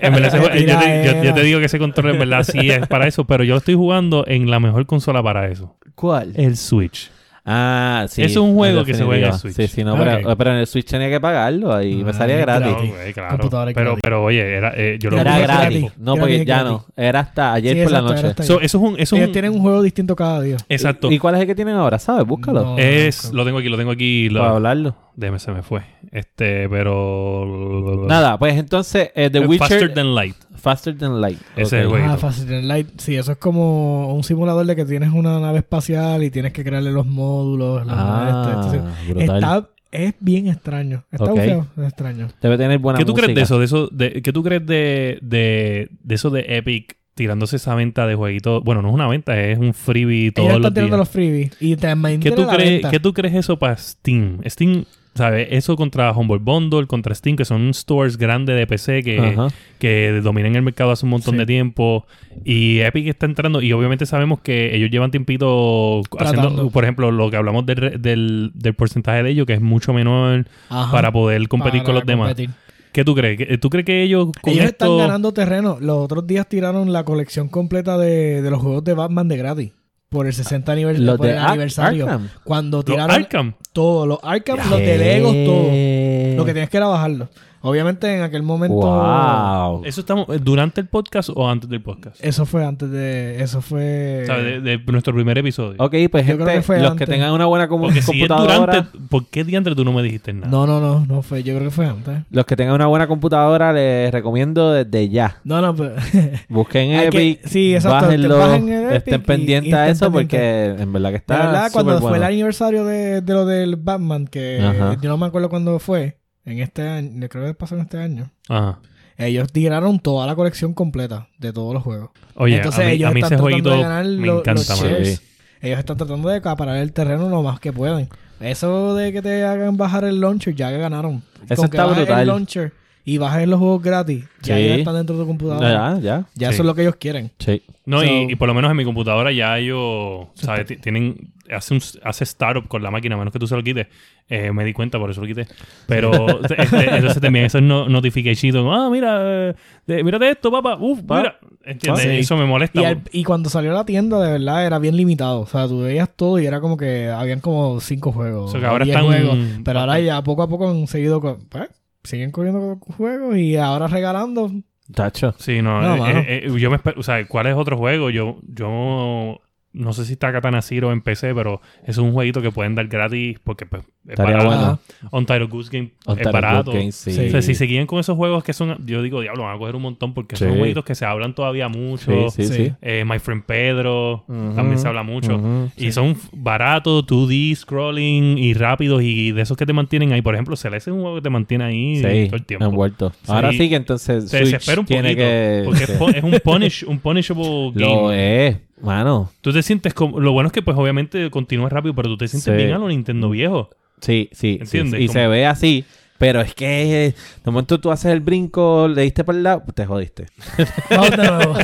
En
[LAUGHS]
verdad,
Qué
ese juego- eh, yo, te, yo-
tiraera.
yo te digo que ese control en verdad sí es para eso, pero yo lo estoy jugando en la mejor consola para eso.
¿Cuál?
El Switch.
Ah, sí.
Es un juego que se
definitiva.
juega en Switch.
Sí, sí, no,
Ah,
pero,
ok.
pero en el Switch tenía que pagarlo ahí me
Ah,
salía
claro.
gratis.
No, güey, claro.
Computadora y
Pero,
gratis.
pero oye, era, eh, yo lo
Era
jugué
Gratis,
hace
gratis.
tiempo.
No, porque
Gratis,
ya
gratis.
no. Era hasta ayer
Sí,
por la
exacto,
noche.
era hasta-
So, eso es un... Eso es
Ellos
un-
tienen un juego distinto cada día.
Exacto.
¿Y cuál es el que tienen ahora? ¿Sabes? Búscalo.
No,
Es, lo tengo aquí, lo tengo aquí.
Para
Lo,
hablarlo.
Déjame, se me fue. Este, pero...
Nada, pues entonces eh, The
Eh,
Witcher.
Faster Than Light.
Faster Than Light.
Ese es
Ok.
el juego.
Ah,
jueguito.
Fast and Light. Sí, eso es como un simulador de que tienes una nave espacial y tienes que crearle los módulos. las naves,
este,
Ah,
esto, esto, esto.
brutal.
Está, es bien extraño. Está
Ok.
bufeado, es extraño.
Debe tener buena
¿Qué tú crees de
música.
eso? De eso de, ¿Qué tú crees de, de, de eso de Epic tirándose esa venta de jueguitos? Bueno, no es una venta, es un freebie
Ellos
todos
están
los
tirando
días.
los freebies y te
¿Qué
mantienen
tú,
la
crees,
venta.
¿Qué tú crees eso para Steam? Steam, ¿sabes? Eso contra Humble Bundle, contra Steam, que son stores grandes de PC que,
Ajá.
que dominan el mercado hace un montón
Sí.
de tiempo. Y Epic está entrando. Y obviamente sabemos que ellos llevan tiempito haciendo,
Tratando.
por ejemplo, lo que hablamos del, re- del, del porcentaje de ellos, que es mucho menor
Ajá,
para poder competir
Ah, para
con los demás.
competir.
¿Qué tú crees? ¿Que- ¿Tú crees que ellos con
Ellos
esto...
están ganando terreno. Los otros días tiraron la colección completa de, de los juegos de Batman de gratis por el 60 aniver-
Los
por
de
el
Ar-
aniversario.
Arkham.
Cuando
Los
tiraron
Arkham.
todos los Arkham, los de Legos, todo. Lo que tienes que era bajarlo. Obviamente en aquel momento...
¡Wow!
¿Eso estamos eh, durante el podcast o antes del podcast?
Eso fue antes de... Eso fue...
¿Sabes? De, de nuestro primer episodio.
Ok, pues
Yo creo
gente,
que fue
los
antes.
que tengan una buena comu-
Porque si es
computadora,
durante, ¿por qué diantre tú no me dijiste nada?
No, no, no, no fue. Yo creo que fue antes.
los que tengan una buena computadora, les recomiendo desde ya.
No, no, pues, [LAUGHS] pero...
Busquen
Hay que-
Epic,
sí, exacto, te
bájenlo,
bajen el Epic
estén
y-
pendientes
y
a
estén
eso porque
pendientes.
en verdad que
La
está
verdad, cuando
superbueno.
fue el aniversario de, de lo del Batman, que
Ajá.
yo no me acuerdo cuándo fue, en este año, creo que pasó en este año,
Ajá.
ellos tiraron toda la colección completa de todos los juegos.
Oye,
Entonces
a mí,
ellos
a mí
están
ese
tratando
jueguito
de ganar
me
lo- los
encanta, mano.
shares.
Sí.
Ellos están tratando de acaparar el terreno lo más que pueden. Eso de que te hagan bajar el launcher, ya que ganaron.
Eso
Con que
está
bajes
brutal.
el launcher y bajes los juegos gratis, ya
Sí.
ellos están dentro de tu computadora. Ya,
Ya, ya.
eso
Sí.
es lo que ellos quieren.
Sí.
No, y,
So-
y por lo menos en mi computadora ya yo, ¿sabes? Ti- Tienen, hace, un, hace startup con la máquina, a menos que tú se lo quites. Eh, me di cuenta, por eso lo quité. Pero [LAUGHS] este, entonces también esas no, notifications, ah, mira, eh, de- mírate esto, papá, uf,
Pa.
mira. ¿Entiendes?
Ah, sí.
Eso me molesta.
Y, al-
porque-
y cuando salió la tienda, de verdad, era bien limitado. O sea, tú veías todo y era como que habían como cinco juegos.
O sea, que ahora
diez
están-
juegos. Pero ahora ya poco a poco han seguido con... pues, siguen corriendo con juegos y ahora regalando.
Tacho.
Sí, no,
No,
eh,
mano.
eh, eh, yo me espero, o sea, ¿cuál es otro juego? Yo, yo no sé si está Katana Zero en PC, pero es un jueguito que pueden dar gratis porque pues, es
Estaría
barato.
bueno.
On Title Goose Game
On
es
Title
barato.
Good Game, sí.
Sí.
O sea, si seguían con esos juegos que son, yo digo, diablo, van a coger un montón porque son
Sí.
jueguitos que se hablan todavía mucho.
Sí, sí, sí.
Eh, My Friend Pedro
Ujú.
también se habla mucho.
Ujú.
Y son f- baratos, 2D, scrolling y rápidos y de esos que te mantienen ahí. Por ejemplo, Celeste es un juego que te mantiene ahí
Sí,
todo el tiempo.
envuelto. Ahora sí que entonces
Se
Switch
desespera un
tiene
poquito.
que...
Porque es,
[LAUGHS]
po- es un, punish, un punishable game.
Lo es, mano.
Tú te sientes como. Lo bueno es que, pues, obviamente continúa rápido, pero tú te sientes
Sí. Mm.
bien a lo Nintendo viejo.
Sí, sí. sí,
¿Entiendes?
sí. Y
Como-
se ve así. Pero es que eh, de momento tú haces el brinco, le diste para el lado, te jodiste.
Vamos de [LAUGHS] nuevo.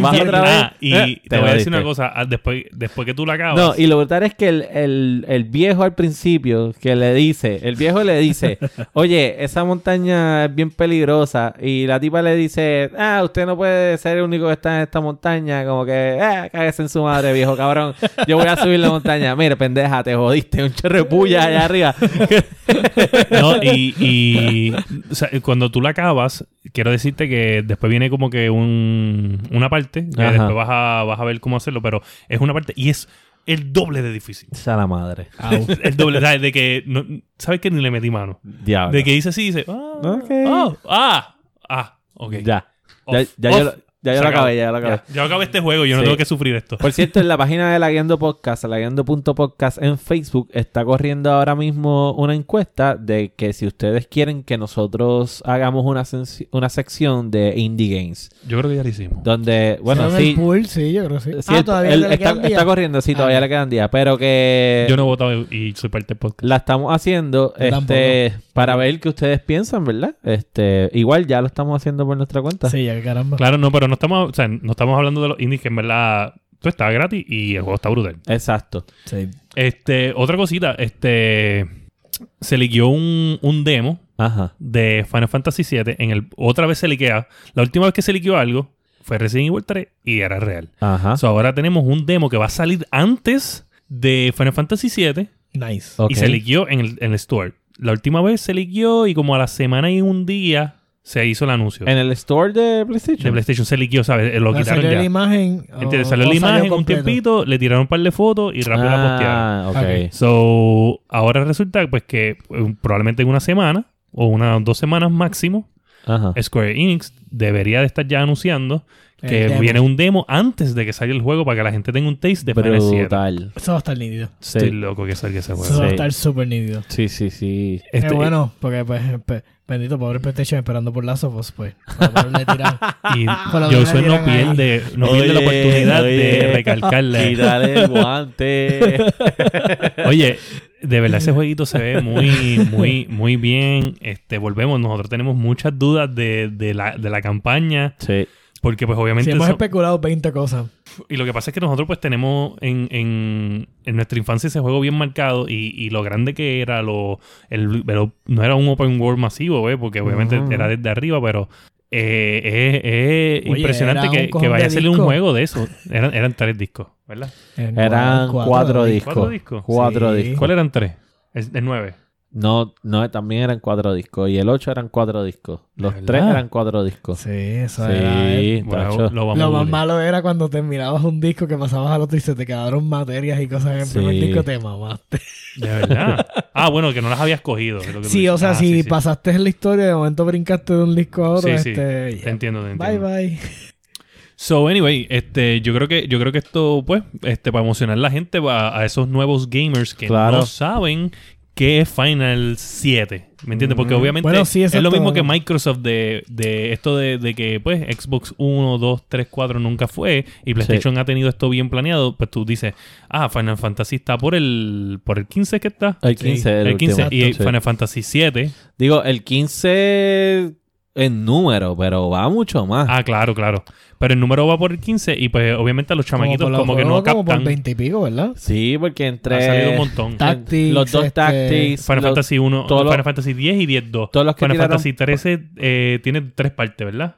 Más
y,
otra
ah,
vez,
y
eh,
te voy a decir
jodiste.
una cosa. ah, Después, después que tú la acabas.
No, y lo brutal es que el, el- el viejo al principio que le dice, el viejo le
[LAUGHS]
dice, oye, esa montaña es bien peligrosa. Y la tipa le dice, ah, usted no puede ser el único que está en esta montaña. Como que, ah, cáguese en su madre, viejo cabrón. Yo voy a subir la montaña. Mira, pendeja, te jodiste, un chorro de puya allá arriba.
[LAUGHS] No, y, y, o sea, cuando tú la acabas, quiero decirte que después viene como que un, una parte, que
Ajá.
después vas a, vas a ver cómo hacerlo, pero es una parte y es el doble de difícil.
Esa la madre.
el doble, ¿sabes? De que, no, ¿sabes que Ni le metí mano.
Diablo.
De que dice así, dice, ah,
Ok.
ah, ah, ah, ok.
Ya.
Off,
Ya, ya yo,
off.
lo- ya yo
Se
lo
acabó.
acabé, ya yo lo acabé.
Ya, yo acabé este juego, yo no
Sí.
tengo que sufrir esto.
Por cierto, en la página de Laguiando Podcast, laguiando.podcast en Facebook, está corriendo ahora mismo una encuesta de que si ustedes quieren que nosotros hagamos una, senci- una sección de indie games.
Yo creo que ya lo hicimos.
Donde, bueno,
Pero en el
sí.
pool, sí, yo creo que sí.
sí, el- el-
Ah, le
está,
quedan días.
está corriendo, sí, todavía
Ah.
le quedan días. Pero que
Yo no he votado y soy parte del podcast.
la estamos haciendo
Yo
este para ver qué ustedes piensan, ¿verdad? este Igual ya lo estamos haciendo por nuestra cuenta.
Sí, ya que caramba.
Claro, no, pero no estamos, o sea, no estamos hablando de los indies que en verdad tú estás gratis y el juego está brutal.
Exacto.
Sí.
Este, otra cosita, este se liqueó un, un demo
Ajá.
de Final Fantasy VII en el otra vez se liquea. La última vez que se liqueó algo fue Resident Evil 3 y era real.
Ajá.
So, ahora tenemos un demo que va a salir antes de Final Fantasy VII
Nice.
Ok.
y se liqueó en el, en el store. La última vez se liqueó y como a la semana y un día se hizo el anuncio.
En el store de
de
PlayStation.
PlayStation se liqueó, ¿sabes? Eh, Lo
Ah,
quitaron
salió la
ya.
imagen. o-
Entiendes, Salió
o
la imagen un
completo.
tiempito, le tiraron un par de fotos y rápido la postearon.
ah, ok.
So, ahora resulta pues que eh, probablemente en una semana o unas dos semanas máximo,
Ajá.
Square Enix debería de estar ya anunciando
El
que
demo.
viene un demo antes de que salga el juego para que la gente tenga un taste de Final 7.
Brutal.
Eso va a estar nítido.
Estoy
Sí.
loco que salga ese
Eso
juego.
va a
Sí.
estar súper nítido.
sí, sí, sí.
Es
Pues Este-
bueno, porque pues, pe- bendito pobre PlayStation esperando por Last of Us, pues. Por favor, le tiran.
Y
Por lo menos
Josué no
llegan ahí.
pierde, no pierde la
Oye,
oportunidad de
oye. [LAUGHS]
recalcarle.
Quítale
[LAUGHS]
el guante.
Oye, de verdad ese jueguito se ve muy, muy, muy bien. Este, volvemos, nosotros tenemos muchas dudas de, de la, de la campaña,
sí.
porque pues
Si
obviamente...
hemos
son-
especulado 20 cosas.
Y lo que pasa es que nosotros pues tenemos en, en, en nuestra infancia ese juego bien marcado y, y lo grande que era, lo, el, pero no era un open world masivo, ¿eh? porque obviamente
Ujú.
era desde arriba, pero eh, es- es
Oye,
impresionante
era un
que, que
cojón
vaya
de
a salir un
disco.
juego de eso. Eran, eran tres discos, ¿verdad?
En
Eran cuatro,
¿Cuatro
discos.
discos?
Cuatro
Sí.
discos.
¿Cuál eran tres? El, el nueve.
No, no, también eran cuatro discos. Y el 8 eran cuatro discos. Los
¿Verdad?
tres eran cuatro discos.
Sí, eso era. eh,
Sí,
Bueno,
tacho.
eh, lo vamos a
Lo más
bullear.
malo era cuando terminabas un disco que pasabas al otro y se te quedaron materias y cosas en el primer
Sí.
disco, te mamaste.
De verdad. Ah, bueno, que no las habías cogido. es lo que tú
Sí,
dices.
o sea,
Ah,
si
sí, sí.
pasaste en la historia, de momento brincaste de un disco a otro,
Sí, sí.
este,
Te
ya.
entiendo, te
Bye
entiendo.
bye.
So, anyway, este, yo creo que, yo creo que esto, pues, este, para emocionar a la gente, va a esos nuevos gamers que
Claro.
no saben qué es Final 7. ¿Me entiendes? Porque
Mm.
obviamente
Bueno, sí,
es lo
exacto.
mismo que Microsoft de, de esto de, de que, pues, Xbox 1, 2, 3, 4 nunca fue y PlayStation ha tenido esto bien planeado. Pues tú dices, ah, Final Fantasy está por el, por el 15 que está.
El
Sí,
15 era
El 15 y
último. Sí.
Final Fantasy 7.
Digo, el 15 en número, pero va mucho más.
Ah, claro, claro. Pero el número va por el 15 y pues obviamente los chamaquitos
por
como,
los
que no
juegos, como por
captan.
20 y pico, ¿verdad?
Sí, porque
Ha salido un
entre
montón.
Ta- Tactics,
los dos
este,
Tactics,
Final
los-
Fantasy 1,
todos los-
Final Fantasy 10 y 10 2.
todos los que
Final
tiraron-
Fantasy 13 eh, tiene tres partes, ¿verdad?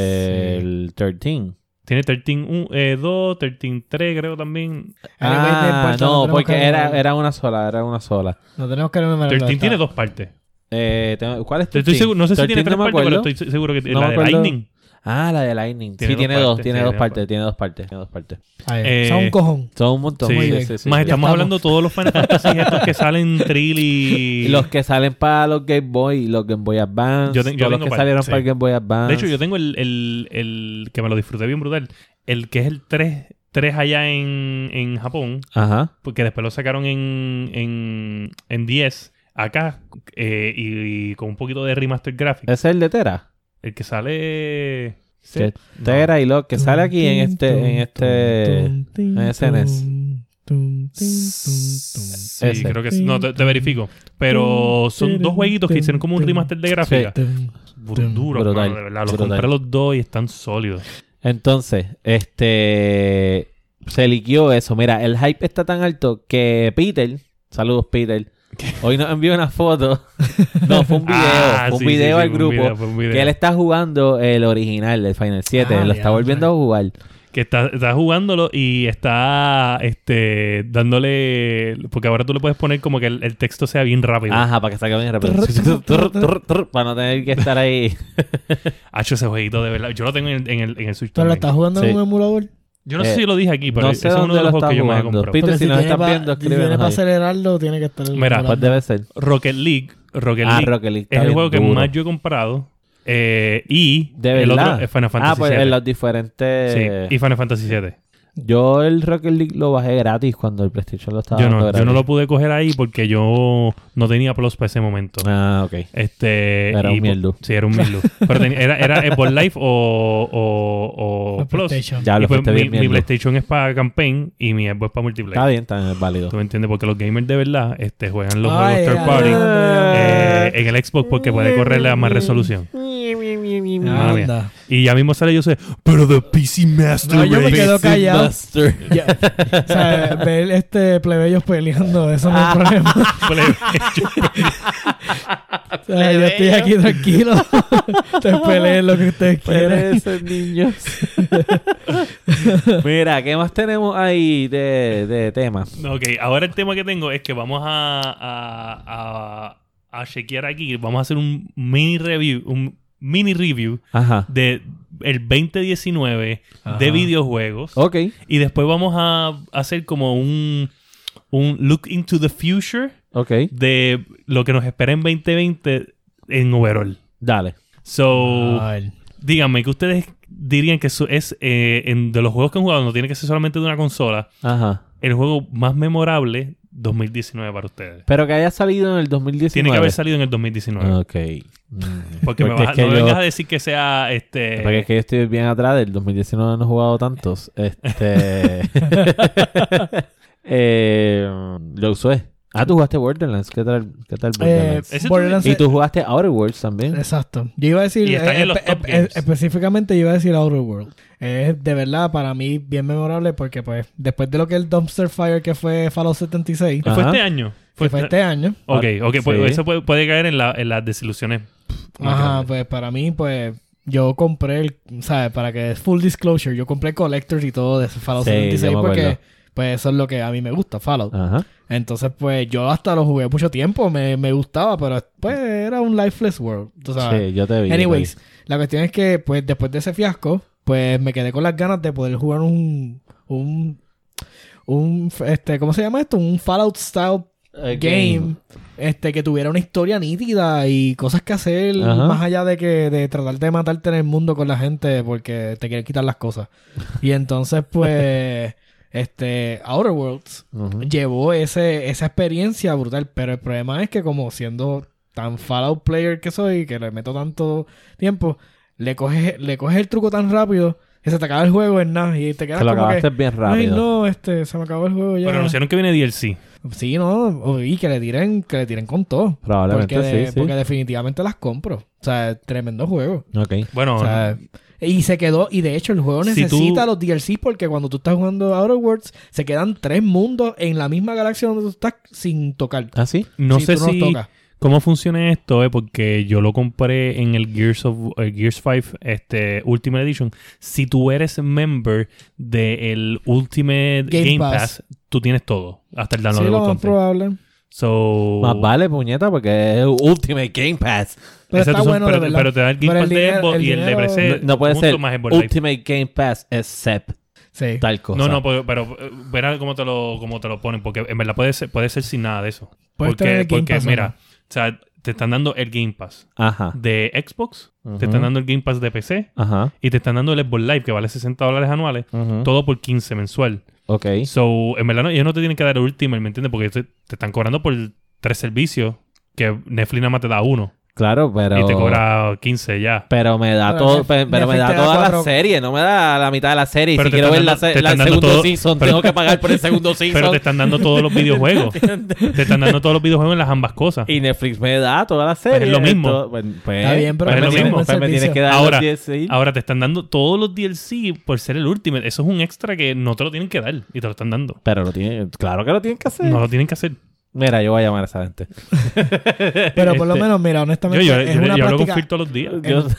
el 13.
Tiene 13 un- eh, 2, 13 3 creo también.
Anyway, no
Ah,
importa,
no,
tenemos
porque
que-
era, era una sola, era una sola.
No tenemos que enumerar.
13 tiene dos partes.
Eh, tengo- ¿Cuál es
Estoy
13?
seguro- no sé si
13
tiene tres
me
partes, pero
acuerdo.
estoy se- seguro que
No
la
me
de
acuerdo.
Lightning.
Ah, la de Lightning.
Tiene
sí,
dos
tiene
partes,
dos, tiene
sí,
dos
tiene
partes, tiene dos partes, tiene dos partes.
eh,
un cojón.
Son un montón.
Sí,
muy
sí,
bien.
sí, sí,
Más
sí.
estamos
estamos.
hablando de todos los Final Fantasy estos que salen Trill y...
Y [LAUGHS] los que salen para los Game Boy, los Game Boy Advance,
Yo te- yo
todos los
tengo
que
par-
salieron
sí.
para el Game Boy Advance.
De hecho, yo tengo el, el, el que me lo disfruté bien brutal. El que es el 3, 3 allá en, en Japón,
Ajá.
porque después lo sacaron en, en, en 10 acá eh, y, y con un poquito de remaster graphic.
Ese es el de Tera.
El que sale... sí.
Que
No.
Tera y lo que sale aquí en este, en este.
en
SNS.
Sí,
Ese.
creo que sí. No, te, te verifico. Pero son dos jueguitos que hicieron como un remaster de gráfica. Bru- Duro,
Brutal,
mano, de verdad. Los
brutal.
compré los dos y están sólidos.
Entonces, este. Se liquió eso. Mira, el hype está tan alto que Peter. Saludos,
[LAUGHS]
Peter. Hoy nos envió una foto. No, fue un video.
Ah,
fue un
sí, sí,
video
sí,
al
fue un
grupo.
video, fue un video.
Que él está jugando el original, el Final 7.
Ah,
lo está
diablo.
volviendo a jugar.
Que está, está jugándolo y está este, dándole. Porque ahora tú le puedes poner como que el, el texto sea bien rápido.
Ajá, para que salga bien rápido.
Trrr, trrr, trrr, trrr,
Para no tener que estar
[LAUGHS]
ahí.
Ha hecho ese jueguito de verdad. Yo lo tengo en el, en el, en el Switch.
¿Tú lo
también.
estás jugando
Sí.
en un emulador?
Yo no
Eh,
sé si lo dije aquí, pero
no
ese
sé
es uno
dónde
de los
lo
juegos que
está
yo más he
jugando.
comprado.
Peter,
Porque
si nos
tiene
estás
pa-
viendo,
si tiene
escríbenos
para
ahí.
acelerarlo, tiene que estar. en el
Mira,
Pues
emulador.
debe ser.
Rocket League. Rocket
Ah,
League
Rocket League.
es
está
el
bien
juego que
duro.
más yo he comprado. Eh, y
De
el
verdad.
otro es Final Fantasy
ah, pues
VII.
en los diferentes.
Sí, y Final Fantasy VII.
Yo el Rocket League lo bajé gratis cuando el PlayStation lo estaba
Yo
dando
no,
gratis.
yo no lo pude coger ahí porque yo no tenía plus para ese momento.
Ah, ok.
Este,
Era
y
un
po-
mierdu.
Sí, era un mierdu. Pero tenía- era, era Xbox Live o, o, o
La
Plus.
PlayStation.
Ya
Y
lo
pues
fuiste
mi,
bien
mi
viendo.
PlayStation es para campaign y mi Xbox es para multiplayer.
Está bien, está es válido.
¿Tú me entiendes? Porque los gamers de verdad este, juegan los
Ay,
juegos
ay,
third party
ay.
Ah.
eh, en el Xbox porque puede correr la más resolución. Ah, Madre mía.
Anda.
Y ya mismo sale yo sé, pero the PC Master
No, yo me
Race".
quedo
[LAUGHS]
Ah,
callado.
pues.
Master.
Ya. O sea, ver este plebeyos peleando, eso
Ah.
no es problema. O sea, yo estoy aquí tranquilo. [LAUGHS] Ustedes peleen lo que ustedes [LAUGHS] quieran.
Esos niños. [LAUGHS] Mira, ¿qué más tenemos ahí de, de tema?
No, Ok, ahora el tema que tengo es que vamos a, a, a, a chequear aquí. Vamos a hacer un mini review, un mini review
Ajá.
de el 2019 de videojuegos.
Ok.
Y después vamos a hacer como un, un look into the future
Ok.
de lo que nos espera en 2020 en overall.
Dale.
So,
Ay.
díganme que ustedes dirían que eso es eh, en- de los juegos que han jugado, no tiene que ser solamente de una consola,
Ajá.
el juego más memorable 2019 para ustedes.
Pero que haya salido en el 2019.
Tiene que haber salido en el 2019.
Ok. Mm.
Porque, me
Porque
vas a-
es que
no me
yo-
vengas a decir que sea este.
Porque es que yo estoy bien atrás del 2019, no he jugado tantos.
[LAUGHS]
Este. [LAUGHS] eh, lo usé. Ah, tú jugaste Borderlands. ¿Qué tal, qué tal
Eh,
Borderlands?
Ese
Borderlands-
y tú jugaste Outer Worlds también.
Exacto. Yo iba a decir. eh,
Y están en los
espe-
top games.
específicamente, yo iba a decir Outer World. Es de verdad para mí bien memorable porque, pues, después de lo que el Dumpster Fire que fue Fallout 76,
¿Fue
Ajá.
este año?
que fue este año.
Ok, ok, pues
Sí.
eso puede, puede caer en, la- en las desilusiones. más
Ajá,
grandes.
pues para mí, pues. Yo compré el, ¿sabes? Para que full disclosure, yo compré collectors y todo de ese Fallout
Sí, yo
76
me
porque
acuerdo. Ah.
Pues eso es lo que a mí me gusta, Fallout.
Ajá.
Entonces, pues yo hasta lo jugué mucho tiempo, me, me gustaba, pero pues era un lifeless world. tú sabes.
Sí, yo te vi.
Anyways, la cuestión es que, pues, después de ese fiasco, pues me quedé con las ganas de poder jugar un. un. un este, ¿cómo se llama esto? Un Fallout style
Eh,
game. Este, que tuviera una historia nítida y cosas que hacer,
Ajá.
más allá de que, de tratar de matarte en el mundo con la gente porque te quieren quitar las cosas. Y entonces,
[LAUGHS]
pues, este, Outer Worlds
Ujú.
llevó ese, esa experiencia brutal. Pero el problema es que como siendo tan Fallout player que soy, que le meto tanto tiempo, le coges, le coges el truco tan rápido que se te acaba el juego en nada y te quedas
Te lo
como
acabaste
que...
bien
Ay,
rápido.
no, este, se me acabó el juego ya.
Pero anunciaron que viene DLC.
Sí, no, y que le tiren, que le tiren con todo.
Probablemente
Porque, de-
sí, sí.
porque definitivamente las compro. O sea, tremendo juego.
Ok.
Bueno,
O sea, y se quedó, y de hecho el juego
Si
necesita
tú-
los DLCs porque cuando tú estás jugando Outer Worlds, se quedan tres mundos en la misma galaxia donde tú estás sin tocar.
¿Ah, sí?
no
Sí,
sé
tú los
si...
tocas.
¿Cómo funciona esto? eh? Porque yo lo compré en el Gears of eh, Gears 5 este, Ultimate Edition. Si tú eres member del Ultimate
Game
Game,
Pass.
Pass. tú tienes todo. Hasta el
Sí,
download
lo más
content.
probable.
So,
Más vale, puñeta, porque es Ultimate Game Pass.
Pero
Exacto,
está
son-
bueno, de
pero,
verdad.
pero te da el
Pero
Game
el
Pass de
dinero-
Xbox
el
y el de
dinero-
PC.
No puede
junto
ser
Más Xbox Live.
Ultimate Game Pass es CEP.
Sí.
Tal cosa.
No, no, pero, pero, eh, verá cómo te lo, cómo te lo ponen, porque en verdad puede ser, puede ser sin nada de eso.
Puedes
porque,
tener el Game
porque,
Pass, ¿no?
mira, o sea, te están dando el Game Pass
Ajá.
de Xbox,
Ujú.
te están dando el Game Pass de PC
Ajá.
y te están dando el Xbox Live que vale 60 dólares anuales,
Ujú.
todo por 15 mensual.
Ok.
So, en verdad, no, ellos no te tienen que dar el Ultimate, ¿me entiendes? Porque te, te están cobrando por tres servicios que Netflix nada más te da uno
Claro, pero.
y te cobra 15 ya.
Pero me da
Pero
todo,
Nef-
pe- pero me
Netflix
da
te da
toda
cuatro-
la serie, no me da la mitad de la serie. si
Pero te
quiero
están
ver la,
dando-
se-
te
la
están dando
segundo
todo-
season,
pero-
tengo que pagar
[LAUGHS]
por el segundo
Pero te
season.
están dando todos los
[LAUGHS]
videojuegos. te están dando todos los videojuegos en las ambas cosas.
Y Netflix me da toda la serie.
es lo mismo.
Esto- pues, pues-
Está bien, pero
pues
es
me
lo
tiene-
mismo.
pues me tienes que dar los
Ahora-
10 sí.
Ahora te están dando todos los DLC por ser el Ultimate. Eso es un extra que no te lo tienen que dar y te lo están dando.
Pero lo tiene, claro que lo tienen que hacer.
No lo tienen que hacer.
Mira, yo voy a llamar a esa
[LAUGHS]
gente.
Pero por lo
Este,
menos, mira,
Yo,
honestamente,
yo,
es
yo-
una
yo hablo con
práctica...
Phil todos los días.
Yo-
[LAUGHS] Sí.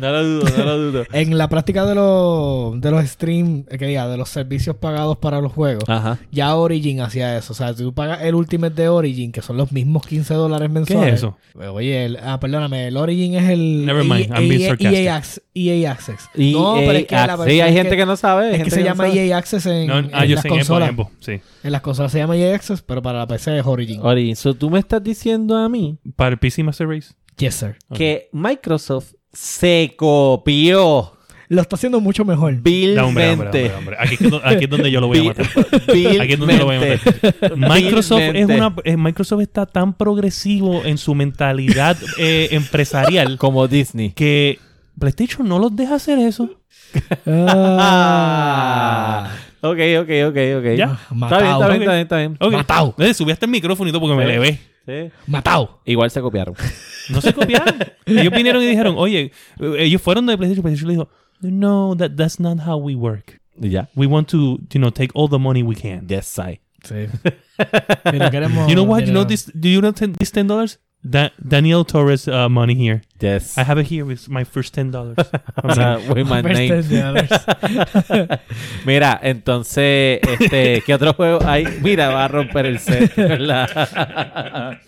no lo dudo, no lo dudo.
En la práctica de los, de los stream, eh, que diga, de los servicios pagados para los juegos,
[LAUGHS] Ajá.
ya Origin hacía eso. O sea, si tú pagas el Ultimate de Origin, que son los mismos 15 dólares
¿Qué es
mensuales.
eso?
Oye, el- ah, perdóname, el Origin es el E
Never mind, I'm being
EA,
sarcastic.
Access, EA Access.
Y eh, ah,
no, pero es que la
E sí,
versión
hay gente que, no sabe. hay
es que
gente
se
no
llama
sabe.
EA Access en,
No, ah,
en
yo
las
sé en Apple,
consolas.
en Apple, Sí.
En las consolas se llama EA Access, pero para la PC es Origin.
Ori, so tú me estás diciendo a mí
Para el PC Master Race.
yes, sir.
Ok.
que Microsoft se copió
Lo está haciendo mucho mejor.
Da, hombre, hombre, hombre,
vilmente.
hombre. Aquí, es do- aquí es donde yo lo voy a matar.
Vil-
Aquí es donde lo voy a
vilmente.
matar. Microsoft, es
Vilmente.
una, eh, Microsoft está tan progresivo en su mentalidad eh, empresarial
Como Disney.
que PlayStation no los deja hacer eso.
Ah.
Ah. Ok, ok, ok, ok.
Ya.
[LAUGHS] Está bien,
Matado.
está bien,
ok.
está bien, está bien.
Ok.
Matao.
Eh, subí hasta el micrófono y todo porque me
Sí.
levé.
Sí.
Matado.
Igual se
[LAUGHS]
copiaron.
No se copiaron. ellos vinieron y dijeron, oye, eh, ellos fueron de PlayStation. PlayStation le dijo, no, that, that's not how we work.
Y ya.
We want to, you know, take all the money we can.
Yes, I.
[LAUGHS] Sí. Mira, queremos
You know what? You know
dinero.
this? Do you know ten, this ten dollars? Da Daniel Torres uh, money here.
Yes. [LAUGHS]
I have it here with my first ten dollars.
Ah, with my
First
este
name.
$10.
[LAUGHS] Mira, entonces, este, ¿qué otro juego hay? Mira, va a romper el set, [LAUGHS] ¿verdad?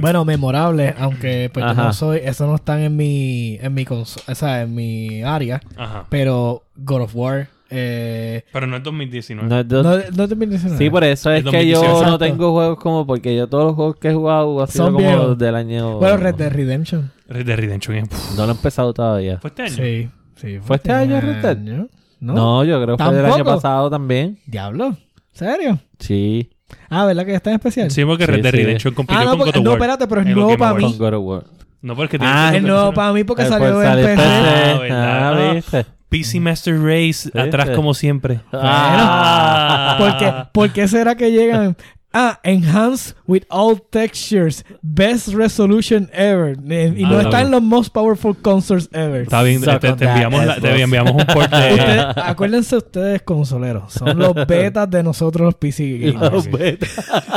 Bueno, memorable, aunque pues yo
Ajá.
no soy, eso no están en mi, en mi conso- o sea, en mi área,
[LAUGHS] Ajá.
pero God of War, eh,
Pero no es 2019.
No, yo-
no, no te pienses nada.
sí, por eso es
El
que yo
2018.
no tengo juegos como porque yo todos los juegos que he jugado han sido
Son
como
viejos.
del año.
Bueno, Red Dead Redemption.
Red Dead Redemption. eh, pff,
No lo he empezado todavía.
¿Fue este año?
Sí, sí.
¿Fue este año Red Dead?
año. No.
No, yo creo que fue del
¿Tampoco?
año pasado también.
Diablo. ¿Serio?
Sí,
Ah, ¿verdad que está en especial?
Sí, porque
Sí,
Red Dead
sí.
Redemption compitió
ah, no,
con God
porque,
of
no,
War.
espérate, pero es
En los
nuevo
Game
para
con
mí.
Awards.
God of War.
No, porque
Ah,
tiene
Es nuevo para mí porque
Eh, pues
salió en
sale
PC.
PC.
Ah, ¿verdad?
Ah, ¿viste?
PC Master Race atrás
sí.
como siempre.
Ah.
¿Por qué, por qué será que llegan? Ah, enhanced with all textures, best resolution ever. Eh, Y no está
Ah, está
en los most powerful consoles ever.
Está bien,
Suck
te,
on
te
that,
enviamos la- te
Xbox.
enviamos un port
Ustedes-
de...
acuérdense ustedes, consoleros, son
[LAUGHS]
los betas de nosotros los PC gamers.
Ah, Los beta.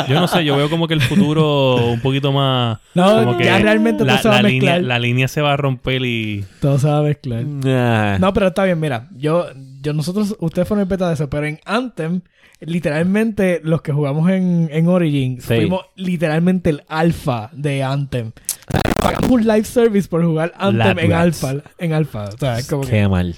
Yo no sé, yo veo como que el futuro un poquito más...
No,
como que
ya realmente
la,
tú sabes
la
mezclar.
línea, la línea se va a romper y...
Tú sabes mezclar.
[LAUGHS] Nah.
No, pero está bien, mira, yo, yo, nosotros, ustedes fueron el beta de eso, pero en Anthem, literalmente, los que jugamos en, en Origin,
Sí.
fuimos literalmente el alfa de Anthem. O sea, Pagamos un live service por jugar Anthem en
Ladrats.
alfa. En alfa. O sea, es como que.
Qué mal.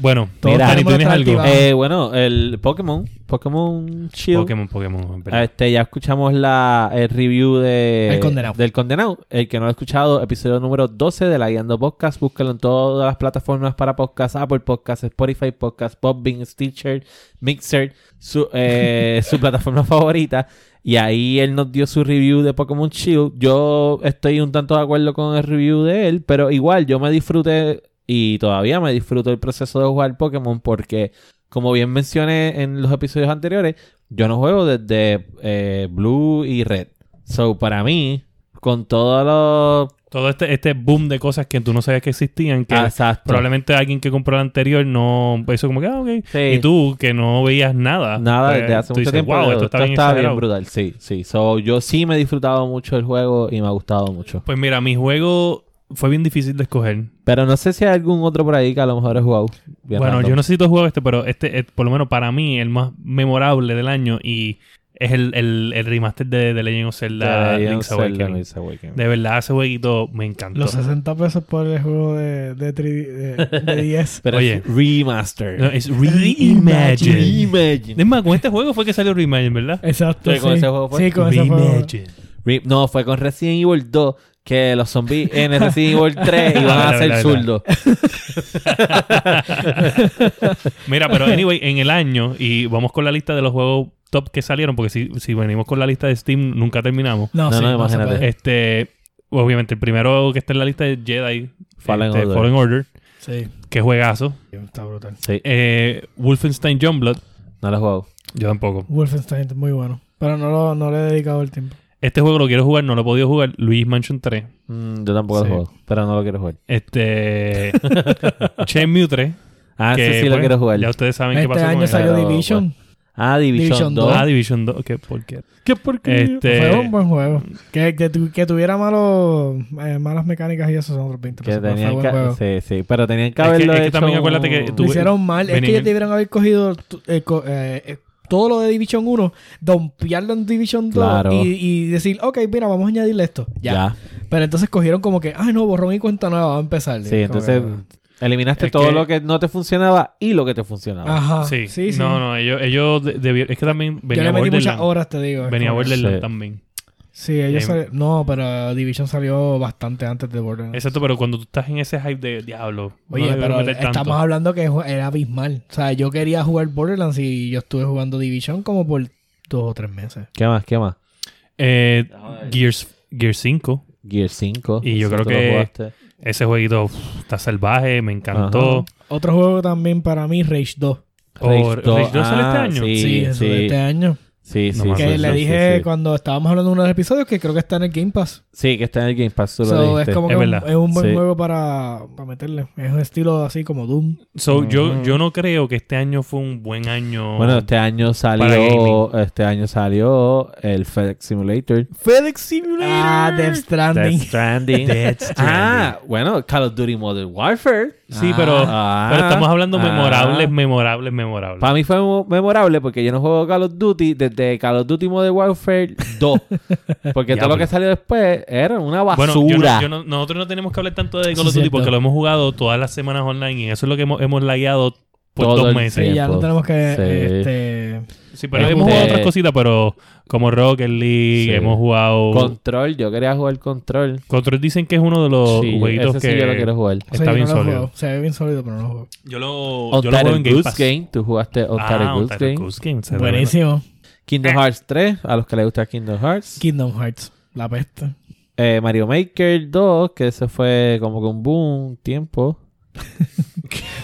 Bueno,
Todos
Dani,
tenemos
¿tú tienes
nuestra
algo?
activa-
Eh, bueno, el Pokémon. Pokémon Shield.
Pokémon, Pokémon. en verdad.
Este, ya escuchamos la, el review de,
El Condenado.
del Condenado. El que no lo ha escuchado, episodio número 12 de la Guiando Podcast. Búscalo en todas las plataformas para podcast: Apple Podcast, Spotify Podcast, Podbean, Stitcher, Mixer, su, eh, su plataforma favorita. Y ahí él nos dio su review de Pokémon Shield. Yo estoy un tanto de acuerdo con el review de él, pero igual yo me disfruté y todavía me disfruto el proceso de jugar Pokémon porque, como bien mencioné en los episodios anteriores, yo no juego desde eh, Blue y Red. So, para mí, con todos los...
Todo este, este boom de cosas que tú no sabías que existían, que
Exacto.
probablemente alguien que compró el anterior no... Eso como que, ah, ok.
Sí.
Y tú, que no veías nada.
Nada
pues,
desde hace
tú
mucho
dices,
tiempo.
Wow,
yo-
esto está bien exagerado".
brutal. Sí, sí. So, yo sí me he disfrutado mucho el juego y me ha gustado mucho.
Pues mira, mi juego fue bien difícil de escoger.
Pero no sé si hay algún otro por ahí que a lo mejor he jugado. Bien
bueno,
random.
yo no sé si tú has jugado este, pero este, es, por lo menos para mí, el más memorable del año y es el, el, el remaster de, de Legend of Zelda
De Legend
Link's
of Zelda,
Awakening.
Link's Awakening.
De verdad, ese jueguito me encantó.
Los 60 pesos por el juego de, de, 3D de-
[LAUGHS]
de 10.
Pero
Oye.
es remaster.
No, eh, es Reimagine.
Reimagine.
Es más, con este juego fue que salió Reimagine, ¿verdad?
Exacto.
Sí, con ese juego pues. fue.
Sí, con ese juego.
Reimagine.
Re- no, fue con Resident Evil 2 que los zombies en Resident Evil
[LAUGHS]
3 iban
Ah, La
a
verdad,
ser
la verdad.
zurdos.
[LAUGHS] Mira, pero anyway, en el año, y vamos con la lista de los juegos top que salieron, porque si, si venimos con la lista de Steam, nunca terminamos.
No,
No,
sí,
no,
no se
imagínate.
puede.
Este, obviamente, el primero que está en la lista es Jedi
Fallen
este,
Order.
Fallen Order.
Sí,
Qué juegazo.
está brutal.
Sí,
Eh, Wolfenstein Youngblood.
no lo he jugado.
Yo tampoco.
Wolfenstein, muy bueno. Pero no, lo, no le he dedicado el tiempo.
Este juego lo quiero jugar, no lo he podido jugar. Luigi's Mansion 3.
Mm, yo tampoco
Sí.
lo juego, pero no lo quiero jugar. [LAUGHS]
Este. Shenmue 3.
Ah,
que,
sí, sí lo
pues,
quiero jugar.
Ya ustedes saben
Este
qué pasó con
año
él.
salió
Pero,
Division.
Ah, Division,
Division
2.
Ah, Division 2. ¿Qué porquería.
Qué
Este-
Fue un buen juego. Que, que, tu- que tuviera malos, eh, malas mecánicas y eso son otros 20
que
pesos, pero fue
tenían
buen
que...
juego.
Sí, sí, pero tenían que
Es que-
haberlo
es que
hecho
también
un-
acuérdate que
Lo
tú-
hicieron mal. Es que
Benigni.
ellos debieron haber cogido tu- eh, co- eh, eh, todo lo de Division 1, dompearlo en Division 2
Claro.
y, y decir, ok, mira, vamos a añadirle esto. Ya.
Ya.
Pero entonces cogieron como que, ay, no, borrón y cuenta nueva, vamos a empezar.
Sí,
Como
entonces eliminaste
Es
todo
que-
lo que no te funcionaba y lo que te
que-
funcionaba.
Ajá.
Sí.
Sí, Ah, sí.
No, no, ellos, ellos de- debieron- Es que también
Yo
venía
le metí muchas
Borderlands.
horas, te digo. Es
Venía
como-
Borderlands
Sí.
también.
Sí, ellos
Eh,
sali- No, pero Division salió bastante antes de Borderlands.
Exacto, pero cuando tú estás en ese hype de diablo. no
Oye,
le voy a
pero
meter
estamos
tanto.
hablando que ju- era abismal. O sea, yo quería jugar Borderlands y yo estuve jugando Division como por dos o tres meses.
¿Qué más? ¿Qué más?
Eh, Gears, Gears 5.
Gear 5.
Y yo
eso
creo
tú lo
que-
jugaste.
Ese jueguito uf, está salvaje, me encantó.
Otro juego también para mí, Rage 2.
O-
Rage 2.
Rage 2 sale este
Ah,
año.
Sí,
Sí, eso de
sí.
este año.
Sí, sí,
No me
sí,
que
acuerdo.
le
sí, sí,
dije
sí.
cuando estábamos hablando en uno de los episodios que creo que está en el Game Pass.
Sí, que está en el Game Pass, tú lo
So, es
dijiste.
como
Es
que un- es
verdad.
un, buen
Sí.
juego para, para meterle. Es un estilo así como Doom.
So, yo,
Mm.
Ujú.
yo no creo que este año fue un buen año.
Bueno, este año salió,
gaming.
este año salió el FedEx Simulator.
FedEx Simulator. Ah, Death Stranding. [LAUGHS]
Death Stranding. Ah, bueno, Call of Duty Modern Warfare.
Sí, pero,
Ah,
pero estamos hablando
ah.
memorables, memorables, memorables.
Para mí fue mo- memorable porque yo no juego Call of Duty desde Call of Duty Modern Warfare
[LAUGHS]
2. Porque todo
Diablo.
lo que salió después era una
bueno,
basura.
yo no- yo no- nosotros no tenemos que hablar tanto de Call
Eso
of
es
Duty
cierto.
porque lo hemos jugado todas las semanas online y eso es lo que hemos, hemos lagueado por
Todo
dos
el
meses.
Sí, ya no
tiempo.
tenemos que.
Sí.
Este,
Sí, pero
Este-
hemos jugado otras cositas, pero como Rocket League,
Sí.
hemos jugado...
Control, yo quería jugar Control.
Control dicen que es uno de los
Sí,
jueguitos
ese sí
que...
yo lo quiero jugar.
o sea,
Está
yo
bien
no lo
sólido.
juego. Se ve bien sólido, pero no lo juego.
Yo lo, yo lo juego en
Ontario
Game
Goose
Pass.
Game. Tú jugaste Ontario
ah,
Goose Game.
Goose Game. se revela.
Buenísimo.
Kingdom Hearts 3, a los que les gusta Kingdom Hearts.
Kingdom Hearts. La peste.
Eh, Mario Maker 2, que ese fue como que un boom, tiempo.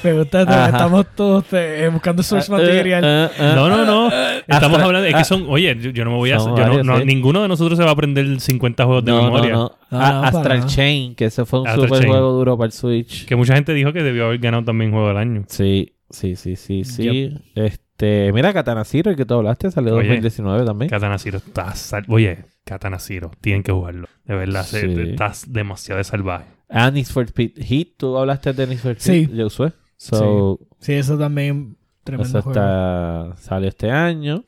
Me gusta esto,
Ajá. Ah,
estamos todos eh, buscando source material.
Eh, eh, eh.
No,
[LAUGHS]
no, no. Estamos
Astra-
hablando de que son. Oye, yo, yo no me voy a.
Ah. Son
yo no-
varios,
no-
sí.
Ninguno de nosotros se va a aprender 50 juegos de
No, no,
memoria.
no.
No,
Ah,
no, para
Astral
nada.
Chain, que ese fue un
Astral
super
Chain.
juego duro para el Switch.
Que mucha gente dijo que debió haber ganado también juego del año.
Sí, sí, sí, sí, sí. Este, mira, Katana Zero, el que tú hablaste, salió en
Oye.
2019 también.
Katana Zero está. sal- Oye, Katana Zero, tienen que jugarlo. De verdad, se-
Sí.
estás demasiado de salvaje.
Ah, Need for Speed Heat, tú hablaste de Need for Speed.
Sí.
Yo usé. So,
Sí, eso también tremendo
eso
juego.
está, salió este año.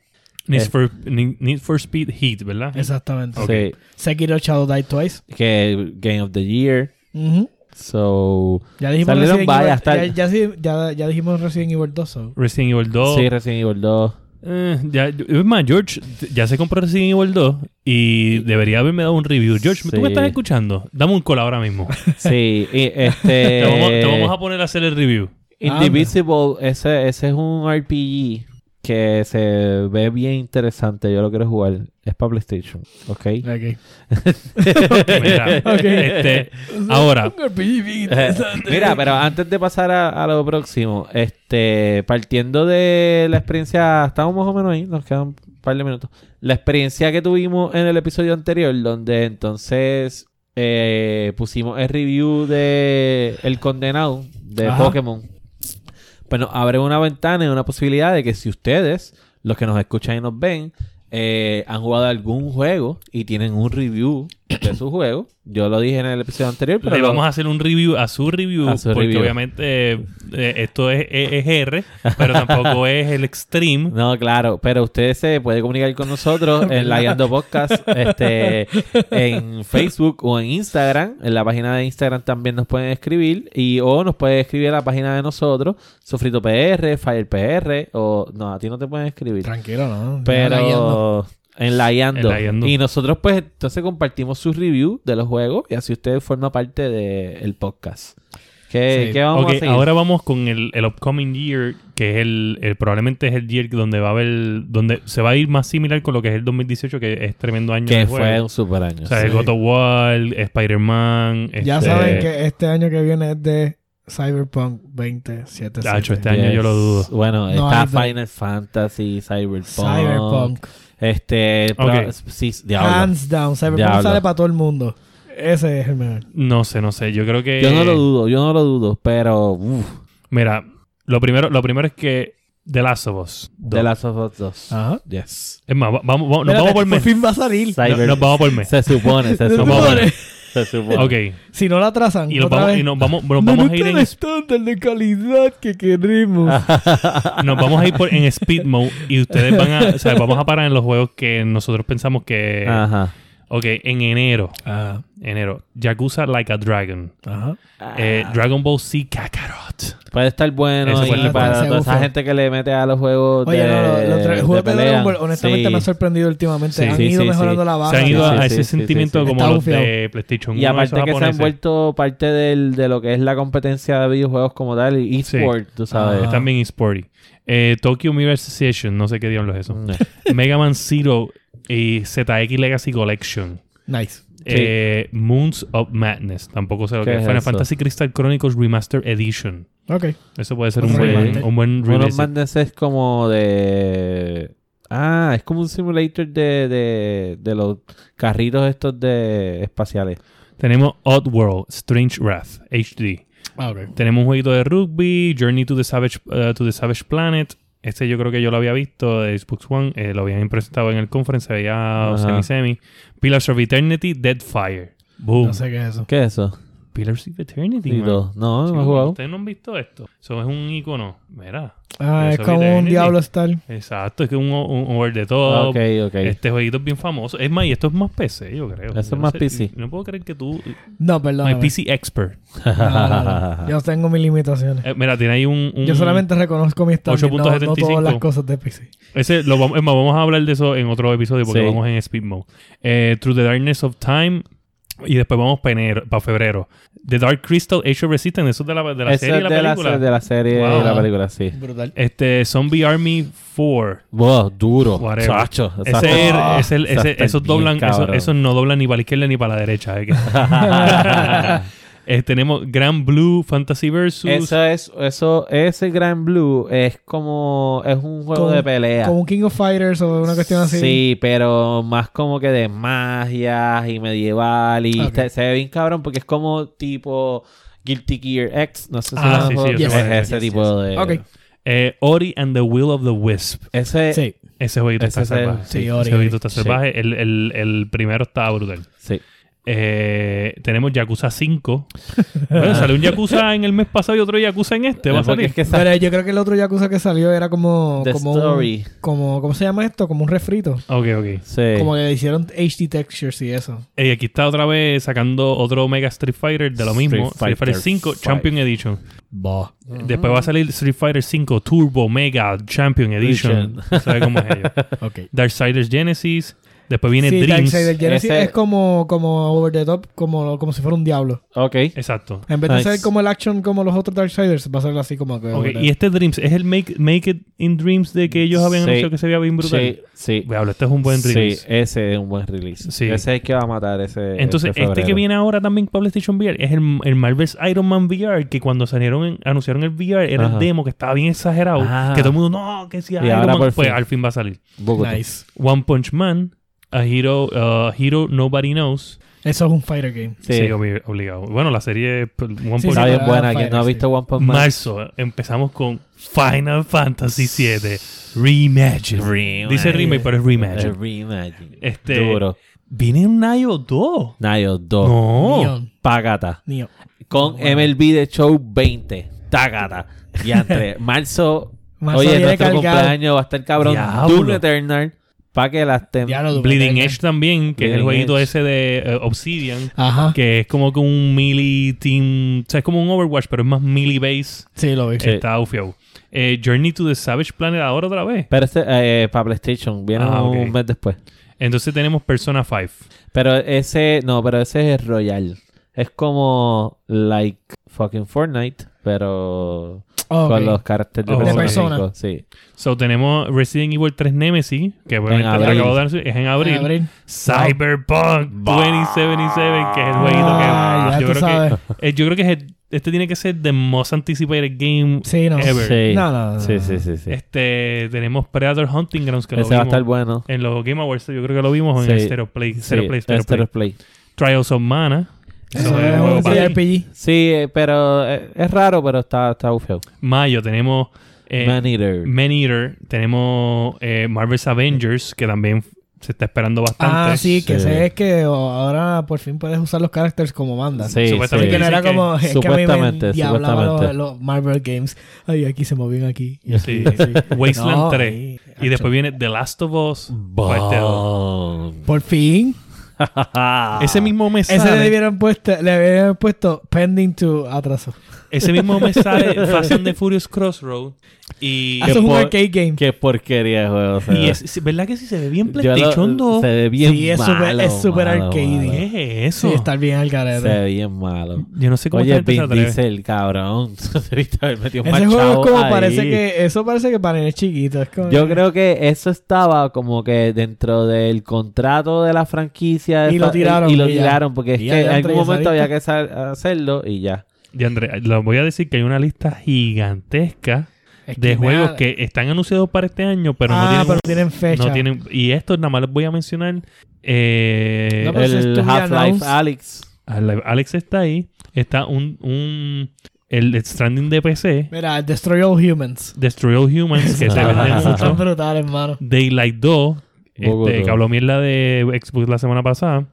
Need,
Eh.
for, Need Need for Speed Heat, ¿verdad?
Exactamente.
Ok.
Sí.
Sekiro Shadow Die Twice.
que Game of the Year.
Ujú.
So,
Ya dijimos
Salieron
Resident
varias,
Evil-
tal.
ya, ya sí- ya- ya dijimos Resident Evil 2. so.
Resident Evil 2.
sí, Resident Evil 2.
Eh, ya, es más, George ya se compró Resident Evil 2 y debería haberme dado un review. George, ¿tú
Sí.
me estás escuchando? Dame un call ahora mismo.
Sí, y
Te, vamos, te vamos
este.
a poner a hacer el review.
Indivisible, ese, ese es un RPG que se ve bien interesante. Yo lo quiero jugar. Es para PlayStation, ¿ok?
Ok.
[LAUGHS]
[LAUGHS]
Mira,
Ok.
este, ahora,
Un RPG bien
Eh,
interesante.
Ah. [LAUGHS] Mira, pero antes de pasar a, a lo próximo, este, partiendo de la experiencia, estamos más o menos ahí, nos quedan un par de minutos. La experiencia que tuvimos en el episodio anterior, donde entonces eh, pusimos el review de El Condenado de
Ajá.
Pokémon. Bueno, abre una ventana y una posibilidad de que si ustedes, los que nos escuchan y nos ven, eh, han jugado algún juego y tienen un review de su juego. Yo lo dije en el episodio anterior, pero
le
lo-
vamos a hacer un review a su review,
A su
porque
review.
obviamente eh, eh, esto es, es- es R, pero
[LAUGHS]
tampoco es el extreme.
No, claro, pero usted se puede comunicar con nosotros en Layando Podcast, este, en Facebook o en Instagram. En la página de Instagram también nos pueden escribir y o nos puede escribir a la página de nosotros, Sofrito PR, Fire PR o no, a ti no te pueden escribir.
Tranquilo, ¿no? Ya la guiando.
Pero en Layando.
Enlayando.
Y nosotros pues entonces compartimos sus reviews de los juegos y así usted forma parte del podcast. ¿Qué,
Sí.
qué vamos
Ok,
a hacer?
ahora vamos con el, el upcoming year, que es el, el- probablemente es el year donde va a haber, donde se va a ir más similar con lo que es el 2018, que es tremendo año de
Que
juego.
fue un super año.
O sea, el
Sí.
God of War, Spider-Man.
Ya
este,
saben que este año que viene es de Cyberpunk 2077.
Tacho, este año yo lo dudo.
Bueno,
No,
está
hay
Final
dos.
Fantasy, Cyberpunk.
Cyberpunk.
Este. pro- sí, diablo.
Hands down. Cyberpunk
Diablo.
sale para todo el mundo. Ese es el mejor.
No sé, no sé. Yo creo que.
Yo no lo dudo, yo no lo dudo, pero. Uf,
Mira, lo primero, lo primero es que The Last of Us.
The Last of Us 2.
Ajá.
Yes.
Es más, va- vamos, vamos- nos
Espérate,
vamos por
Ah. por
mes.
fin va a salir.
Cyber-
No- nos vamos
[LAUGHS]
por mes.
Se
[LAUGHS]
supone, se
No,
Nos
no,
vamos
supone.
a ver.
se supone. [LAUGHS]
Ok.
Si no la atrasan.
Y nos
otra
vamos,
vez.
y nos vamos, nos
No,
vamos
no
a ir
está
en, Ah,
el estándar de calidad que queremos.
nos vamos a ir por- en speed mode y ustedes van a,
[LAUGHS]
o sea, vamos a parar en los juegos que nosotros pensamos que,
Eh, Ajá.
ok, en enero, enero, Yakuza Like a Dragon,
Ajá.
Ah.
eh, Dragon Ball Z Kakarot,
Puede estar bueno
Eso
y
puede estar
para
bueno.
toda esa gente que le mete a los juegos.
Oye,
de,
no, no, los tres
de
juegos de
pelea.
Dragon Ball, honestamente
Sí.
me han sorprendido últimamente.
Sí,
han
sí,
ido
sí,
mejorando
sí.
la
se
barra.
han ido
Sí,
a
sí,
ese
sí, sí,
sentimiento
sí, sí.
como
Está
los de
bufiado.
PlayStation 1
Y aparte
esos
que se han
japoneses.
vuelto parte del, de lo que es la competencia de videojuegos como tal y
Sí. Ah,
eSport, tú sabes.
Están bien esporty. Eh, Tokyo Mirror Session, no sé qué diablos es eso.
Mm.
Mega Man Zero y ZX Legacy Collection.
Nice.
Eh, Moons of Madness, tampoco sé lo
¿Qué
que es.
es
Final
eso?
Fantasy Crystal Chronicles Remaster Edition.
Ok.
Eso puede ser
Un
un buen,
remake.
un buen
Mono
release.
Madness es como de. Ah, es como un simulator de, de, de los carritos estos de espaciales.
Tenemos Oddworld, Strange Wrath, HD.
Ah, ok.
Tenemos un jueguito de rugby, Journey to the Savage, uh, to the Savage Planet. Este yo creo que yo lo había visto de Xbox One. eh, lo habían presentado en el conference, se veía
Ajá.
semi-semi. Pillars of Eternity, Deadfire. Boom.
No sé qué es eso.
¿Qué es eso?
Pillars of Eternity. man.
Tito. No, no he
Chicos,
jugado.
Ustedes no han visto esto. Eso es un icono. Mira.
Ah, es
Eso
como
viene
un
en
Diablo Star.
Exacto, es que un, un over de todo.
Ah, Ok, ok.
Este jueguito es bien famoso. Es más, y esto es más PC, yo creo.
Eso
Yo
es
no
más PC.
No puedo creer que tú.
No,
No,
perdón.
es PC Expert. [LAUGHS]
Yo tengo mis limitaciones.
Eh, mira, tiene ahí un. un-
Yo solamente reconozco mi estándar. No, no
8.75.
todas las cosas de PC.
Ese lo vamos, es más, vamos a hablar de eso en otro episodio porque
Sí.
vamos en Speed Mode. Eh, Through the Darkness of Time. Y después vamos para febrero. The Dark Crystal Age of Resistance. Eso es de la, de la
Eso
serie y
es
la
de la,
película.
de la serie
Wow.
y la película, sí.
Brutal.
Este, Zombie Army 4.
Wow, duro.
Whatever.
Chacho.
Ese,
exacto.
es el- ese-
Exacto,
esos
bien
doblan, esos,
cabrón. [LAUGHS]
esos no [LAUGHS] doblan ni para la izquierda ni para la derecha. eh, [LAUGHS] que- Eh, tenemos Grand Blue Fantasy Versus.
Eso es, eso, ese Grand Blue es como, es un juego
Como-
de pelea.
Como un King of Fighters o una cuestión así.
Sí, pero más como que de magias y medieval. Y
Ok.
está- se ve bien cabrón porque es como tipo Guilty Gear X. No sé si
Ah,
lo
sí,
has
sí, yo sé
jugado. es
cuál es.
ese
Yes,
tipo
yes.
de.
Ok.
Eh, Ori and the Will of the Wisp.
Ese. Sí.
Sí.
Ese jueguito
Ese
está
es el-
salvaje.
sí,
Ese
Ori,
jueguito está
sí.
salvaje. El, el- el primero está brutal. Eh, tenemos
[LAUGHS]
Yakuza 5. Bueno, salió un Yakuza en el mes pasado y otro Yakuza en este. Va a
Porque
salir.
es que esa-
Pero yo creo que el otro Yakuza que salió era como.
The
como,
Story.
Un, como ¿Cómo se llama esto? Como un refrito.
Ok, ok.
Sí.
Como que le hicieron HD textures y eso.
Y aquí está otra vez sacando otro Mega Street Fighter de lo
Street
mismo. Street Fighter
Fighter
5
five.
Champion Edition.
Bah.
Mm. Después va
Mm.
a salir Street Fighter 5 Turbo Mega Champion Edition.
Edition.
[LAUGHS] ¿Sabes cómo es
[LAUGHS]
ello?
Ok.
Darksiders Genesis. Después viene
sí,
Dreams.
Darksiders Genesis
Ese-
es como, como over the top, como, como si fuera un diablo.
Ok.
Exacto.
En vez de
Nice.
ser como el action como los otros Darksiders, va a ser así como que.
Ok,
over the-
Y este Dreams es el Make, Make It in Dreams de que ellos habían
Sí.
anunciado que se veía bien brutal.
Sí, sí.
Diablo, este es un buen
Sí,
Dreams.
ese es un buen release.
Sí.
Ese es el que va a matar ese.
Entonces,
ese
este que
febrero.
viene ahora también para PlayStation VR es el, el Marvel's Iron Man VR, que cuando salieron en- anunciaron el VR era
Ajá.
el demo que estaba bien exagerado,
Ah.
que todo el mundo, no, que si Iron
ahora
Man,
por
pues
fin.
al fin va a salir.
Bogotá.
Nice.
One Punch Man, A Hero, uh, Hero Nobody Knows,
Eso es un fighter game.
Sí.
sí, obli- obligado. Bueno, la serie pues, One
Sí,
Punch
Está
sí,
Man.
bien
para
buena.
Fire,
Quien no ha
sí.
visto One Punch Man.
Marzo, empezamos con Final Fantasy VII Reimagine.
Reimagine.
Dice remake, pero es Reimagine.
Eh, Reimagine.
Este-
Duro.
Viene un Nio 2.
Nayo 2.
No.
Neon.
Pagata.
Neon.
Con MLB de Show 20. Tagata. Y
[LAUGHS]
entre marzo.
Marzo
Oye,
viene
nuestro
cargado.
cumpleaños va a estar cabrón.
Diablo.
Doom Eternal. Para que las tem.
Diablo, Doom
Bleeding
Eternal.
Edge también, que es el
Bleeding
jueguito
Edge.
ese de eh, Obsidian.
Ajá.
que es como que un melee team, o sea, es como un Overwatch, pero es más melee base.
Sí, lo vi.
Sí.
Está ufiao. Eh, Journey to the Savage Planet ahora otra vez.
Pero este, eh, para PlayStation. Viene
Ah,
un
ok.
mes después.
Entonces tenemos Persona 5.
Pero ese, no, pero ese es Royal. Es como like fucking Fortnite, pero
Ok.
con los caracteres de
Oh,
Persona
de
Persona.
cinco, Sí.
So tenemos Resident Evil 3 Nemesis, que obviamente
abril.
acabo de anunciar, es en abril.
En abril.
Cyberpunk 2077, que es el jueguito que
Ah, ya
yo,
tú
creo
sabes.
que eh, yo creo que es el- este tiene que ser the most anticipated game.
Sí, no.
Ever.
Sí.
No, no, no, no.
sí, sí, sí, sí.
Este tenemos Predator Hunting Grounds que lo
Ese va a estar
vimos
bueno.
en los Game Awards, yo creo que lo vimos en
Sí.
Stereo Play,
Sí,
Stereo Play, Stereo
Stereo
Play.
Play.
Trials of Mana.
Eso
Eso es
es
nuevo
un
para ti.
JRPG.
Sí, eh, pero eh, es raro, pero está, está bufeo.
Mayo tenemos eh,
Man Eater.
Man Eater. Tenemos eh, Marvel's Avengers, que también se está esperando bastante.
Ah, sí, que
Sí.
sé es que ahora por fin puedes usar los characters como mandan.
Sí,
Supuestamente
Porque no
sí.
dicen
era
que-
como. Es que a mí
Supuestamente,
me diablaba los,
supuestamente.
los Marvel Games. Ay, aquí se movían aquí. y
Sí.
aquí, [LAUGHS] sí.
Wasteland
No,
3.
ahí,
Y después viene The Last of Us. parte
[LAUGHS]
dos.
Bomb.
Por fin.
Ese mismo mes
Ah. Ese le
sale,
debieron puesto, le habían puesto pending to atraso.
ese mismo mes
[LAUGHS]
sale Fast and the Furious Crossroad. Y,
Ah, Eso es un
por-
arcade game.
Qué porquería de juego. o sea.
y es, sí, ¿verdad que sí se ve bien
Yo lo-
PlayStation 2?
Se ve bien
Sí, es
malo.
súper- es súper
malo,
arcade.
malo.
¿Qué es
Sí,
eso?
estar bien al
Se
garete.
ve bien malo.
Yo no sé cómo
Oye,
esta gente se
Vin
atreve.
Diesel, cabrón. [LAUGHS] Debiste haber metido más
Ese juego es
chavo
como
ahí.
parece que. Eso parece que para niños chiquitos. es como-
Yo creo que eso estaba como que dentro del contrato de la franquicia. de
Y lo
fa-
tiraron,
Y, lo
y ya.
tiraron, porque es
Y
que
ya,
en
ya
algún
entre- ya
momento
saliste.
había que sa- hacerlo y ya.
Y André, les voy a decir que hay una lista gigantesca
Es que
de juegos
nada.
que están anunciados para este año, pero
ah,
no tienen,
pero tienen fecha.
no tienen- Y esto nada más les voy a mencionar. eh,
No, pero si
El
estuviera announced-
Half-Life Alex.
Ale- Alex está ahí. Está un. un el Death Stranding de PC.
Mira, Destroy All Humans.
Destroy All Humans, que se vende
Están
mucho.
brutales, hermano.
Daylight 2. Este,
Bogotá.
que habló mierda de Xbox la semana pasada.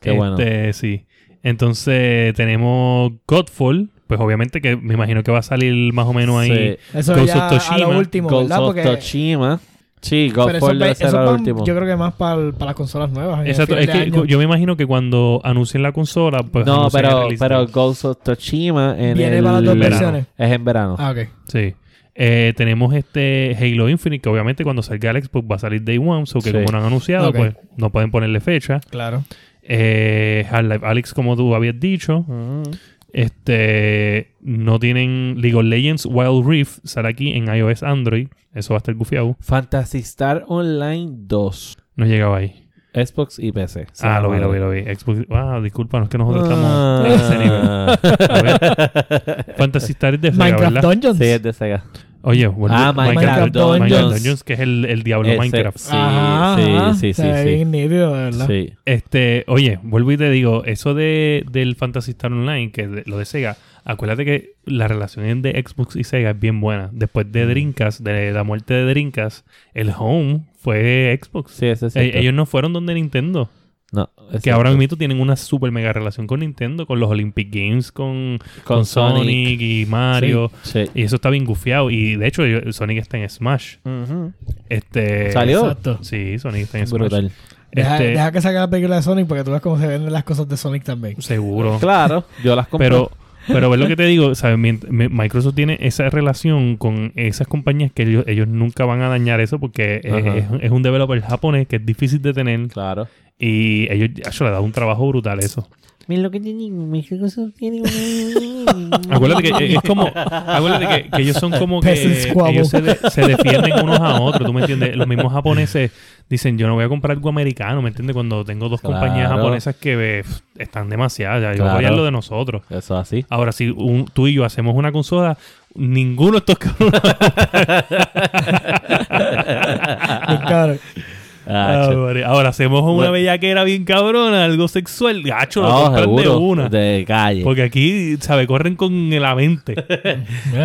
Qué bueno.
Este, Sí. Entonces tenemos Godfall. Pues obviamente que me imagino que va a salir más o menos ahí.
Sí.
Eso
Ghost
ya
of Tsushima,
a lo último,
Ghost
¿verdad?
of
Porque
Tsushima. Sí,
pero eso,
Godfall debe
eso
ser el
va-
último.
yo creo que más para las consolas nuevas. en
Exacto,
fin
es
de
que
año.
yo me imagino que cuando anuncien la consola, pues
no,
anuncien el
pero,
release
pero
date.
Ghost of Tsushima en
Viene
el
para las dos
verano.
versiones.
Es en verano.
Ah, ok.
Sí. Eh, tenemos este Halo Infinite, que obviamente cuando salga el Xbox va a salir Day One, so que
Sí.
como no han anunciado,
Ok.
pues no pueden ponerle fecha.
Claro.
Eh, Half-Life Alyx, como tú habías dicho. Este no tienen League of Legends Wild Rift sale aquí en iOS Android. Eso va a estar gufiado.
Fantasy Star Online 2.
No llegaba ahí.
Xbox y PC.
ah, lo vi, lo vi, lo vi. Xbox. Ah, disculpa, es que nosotros
Ah.
estamos en ese nivel. A ver. Fantasy Star es de Sega,
Minecraft
¿verdad?
Dungeons.
Sí, es de Sega.
Oye, vuelvo-
Ah, Minecraft
Dungeons.
Minecraft Dungeons, que es el, el diablo
Ese-
Minecraft.
Sí, sí, sí,
se
sí,
ve
sí.
bien nítido, de verdad.
Sí.
Este, oye, vuelvo y te digo, eso de, del Fantasy Star Online, que de- lo de Sega, acuérdate que la relación de Xbox y Sega es bien buena. Después de Dreamcast, de la muerte de Dreamcast, el home fue Xbox.
Sí, ese es
E-
cierto.
ellos no fueron donde Nintendo.
No,
Que ahora mismo tienen una super mega relación con Nintendo, con los Olympic Games, con, con Sonic. y Mario.
Sí.
Y eso está bien gufiado. Y de hecho, yo- Sonic está en Smash. Este,
¿Salió?
Exacto.
Sí, Sonic está en Smash.
Brutal.
Deja,
Este,
deja que saque la película de Sonic para que tú veas cómo se venden las cosas de Sonic también.
Seguro.
Claro, yo las compré.
Pero, pero ves lo que te digo, ¿sabes? Mient- mi- Microsoft tiene esa relación con esas compañías que ellos, ellos nunca van a dañar eso porque es,
Ajá.
es- es un developer japonés que es difícil de tener
Claro.
y ellos eso le da un trabajo brutal eso.
Mira lo que tiene Microsoft. Tiene
Acuérdate que eh, es como, acuérdate que, que ellos
[LAUGHS]
son como que
Peasant squabble.
ellos se, de- se defienden unos a otros, ¿tú me entiendes? Los mismos japoneses dicen, yo no voy a comprar algo americano, ¿me entiendes? Cuando tengo dos compañías
Claro.
japonesas que eh, pf, están demasiadas, ya, yo voy a
Claro.
lo de nosotros.
Eso
[LAUGHS]
así.
Ahora, si un- tú y yo hacemos una consola, ninguno de estos cabrones.
[LAUGHS] Bien caro.
[LAUGHS] Ah, che.
Ahora, ahora hacemos una
Bueno.
bellaquera bien cabrona, algo sexual. Gacho, lo
No,
compran de
seguro,
una.
de calle.
Porque aquí, ¿sabes? Corren con la mente.
Mira,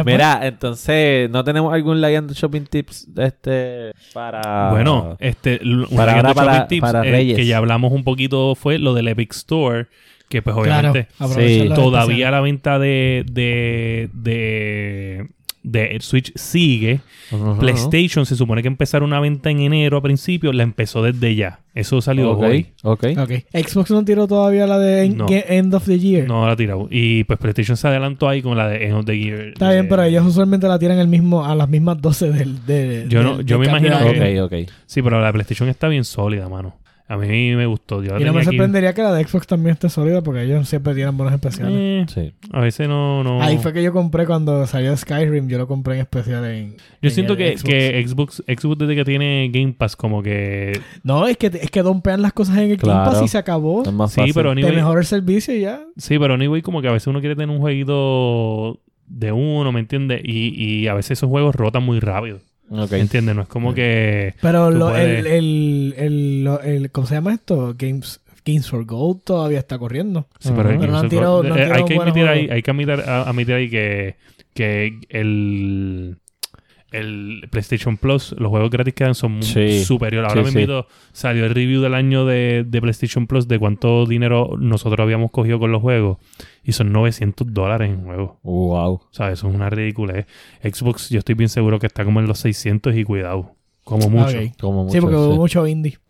pues,
Mira, entonces, ¿no tenemos algún Lion Shopping Tips este para...
bueno, este, l-
Ah,
una
Para
guía de
ahora, para-
shopping tips,
para
eh,
Reyes.
que ya hablamos un poquito fue lo del Epic Store, que pues
claro,
obviamente
aprovechar
sí,
las
todavía
especiales.
la venta de, de, de, de Switch sigue.
Ujú.
PlayStation se supone que empezar una venta en enero a principio, la empezó desde ya. Eso salió
Ok,
hoy.
ok.
Ok. Xbox no tiró todavía la de en-
No.
que- End of the Year.
No la ha tirado. Y pues PlayStation se adelantó ahí con la de End of the Year.
Está
de-
bien, pero ellos usualmente la tiran el mismo, a las mismas 12 del. De,
Yo no-
del-
yo
del
me
cambio
imagino
de año.
Ok,
que-
ok.
Sí, pero la de PlayStation está bien sólida, mano. A mí me gustó. Yo la
Y no
tenía
me
aquí.
sorprendería que la de Xbox también esté sólida porque ellos siempre tienen buenos especiales.
Eh,
Sí.
a veces no... no.
Ahí fue que yo compré cuando salió Skyrim, yo lo compré en especial en.
Yo
en
siento
el
que
Xbox.
que Xbox. Xbox, desde que tiene Game Pass como que...
No, es que, es que dompean las cosas en el
Claro.
Game Pass y se acabó.
Es más
Sí,
fácil.
pero
Te
anyway-
mejora el servicio y ya.
Sí, pero anyway, como que a veces uno quiere tener un jueguito de uno, ¿me entiendes? Y, y a veces esos juegos rotan muy rápido,
Ok.
¿me entiendes? No es como que...
Pero
Tú
lo-
puedes-
el, el, el- lo- el- ¿Cómo se llama esto? Games, Games for Gold todavía está corriendo.
Sí,
Ujú.
pero que
Pero no han
eso-
tirado-
eh,
no han
hay
tirado
que
buenos
admitir ahí,
juegos.
hay que admitir, a- admitir ahí que, que el, el PlayStation Plus, los juegos gratis que dan son muy
Sí.
superior. Ahora
Sí,
me
sí.
invito, salió el review del año de, de PlayStation Plus de cuánto dinero nosotros habíamos cogido con los juegos. Y son 900 dólares en juegos.
Wow.
O sea, eso es una ridícula. Xbox, yo estoy bien seguro que está como en los 600 y cuidado. Como mucho.
Ok.
Como mucho.
Sí, porque hubo
sí.
mucho indie. [LAUGHS]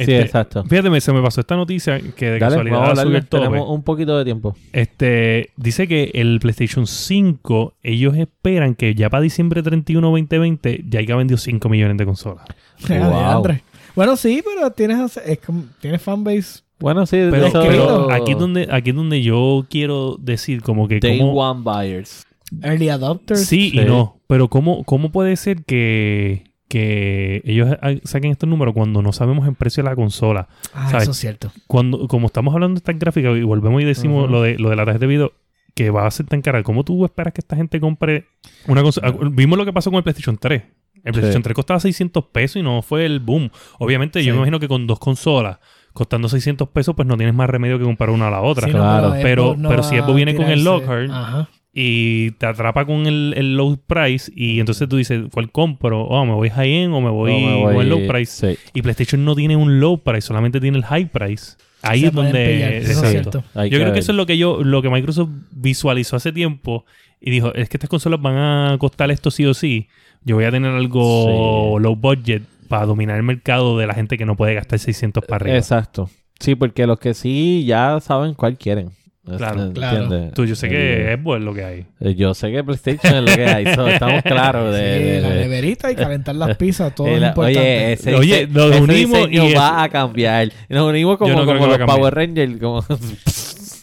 Sí,
Este,
exacto.
Fíjate, me- se me pasó esta noticia que de
Dale,
casualidad eh.
vamos a
la subí
hablarle.
al tope.
Tenemos un poquito de
[LAUGHS]
tiempo.
Este, dice que el PlayStation 5, ellos esperan que ya para diciembre 31, 2020, ya haya vendido 5 millones de consolas.
Adiantre. Bueno, sí, pero tienes, es como- tienes fanbase.
Bueno, sí.
Pero,
Es que-
pero aquí es donde, aquí es donde yo quiero decir como que
Day
cómo-
One Buyers.
Early Adopters.
sí, y
Sí.
no. Pero cómo, cómo puede ser que, que ellos ah, saquen estos números cuando no sabemos el precio de la consola.
Ah,
¿sabes?
eso es cierto.
Cuando, como estamos hablando de estas gráficas, y volvemos y decimos
Ujú.
lo de lo de la tarjeta de video, que va a ser tan cara. ¿Cómo tú esperas que esta gente compre una consola? Vimos lo que pasó con el PlayStation 3. El PlayStation 3 costaba 600 pesos y no fue el boom. Obviamente, yo
Sí.
me imagino que con dos consolas costando 600 pesos, pues no tienes más remedio que comprar una a la otra.
Sí,
claro.
Xbox
Pero- pero
va
si
a
Xbox viene con el
tirarse-
Lockhart,
Ajá.
Y te atrapa con el, el low price y entonces tú dices, ¿cuál compro? Oh, ¿me voy high-end o me voy,
No me
o
voy-
el low price?
Sí.
Y PlayStation no tiene un low price, solamente tiene el high price. Ahí
Se
es
pueden pillar, eso
donde...
es
Exacto.
cierto.
Hay
Yo creo
ver.
que eso es lo que yo, lo que Microsoft visualizó hace tiempo y dijo, es que estas consolas van a costar esto sí o sí. Yo voy a tener algo low budget para dominar el mercado de la gente que no puede gastar 600 para arriba.
Exacto. Sí, porque los que sí ya saben cuál quieren. Es-
Claro.
Claro.
¿entiendes?
Tú, yo sé que
Eh,
es bueno lo que hay.
eh, Yo sé que PlayStation es lo que hay.
[LAUGHS]
so, estamos claros de...
Sí,
de-
la
de-
neverita y calentar las pizzas, todo
de
es
la-
importante.
oye, ese,
Oye,
dise-
nos
ese
unimos
diseño
y
va a cambiar. Nos unimos como,
Yo no creo
como
que va
los
a cambiar.
Power Rangers. Como... [LAUGHS]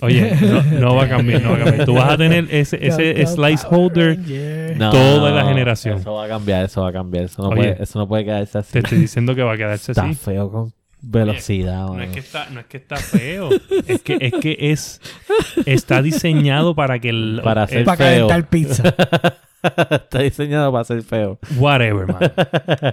Oye, no, no va a cambiar, no va a cambiar. Tú vas a tener ese, ese
Cantando
slice
Power
holder.
Rangers.
No,
Toda la generación.
Eso va a cambiar, eso va a cambiar. Eso no,
Oye.
puede, eso no puede quedarse
Te
así.
estoy diciendo que va a quedarse
Está
así.
feo con velocidad,
No es
mano. [LAUGHS]
que está, no es que está feo. Es que es que es está diseñado para que el
Para
el-
hacer
Para
feo.
calentar pizza.
[LAUGHS] Eh,
Está diseñado para ser feo.
Whatever,
[LAUGHS]
man.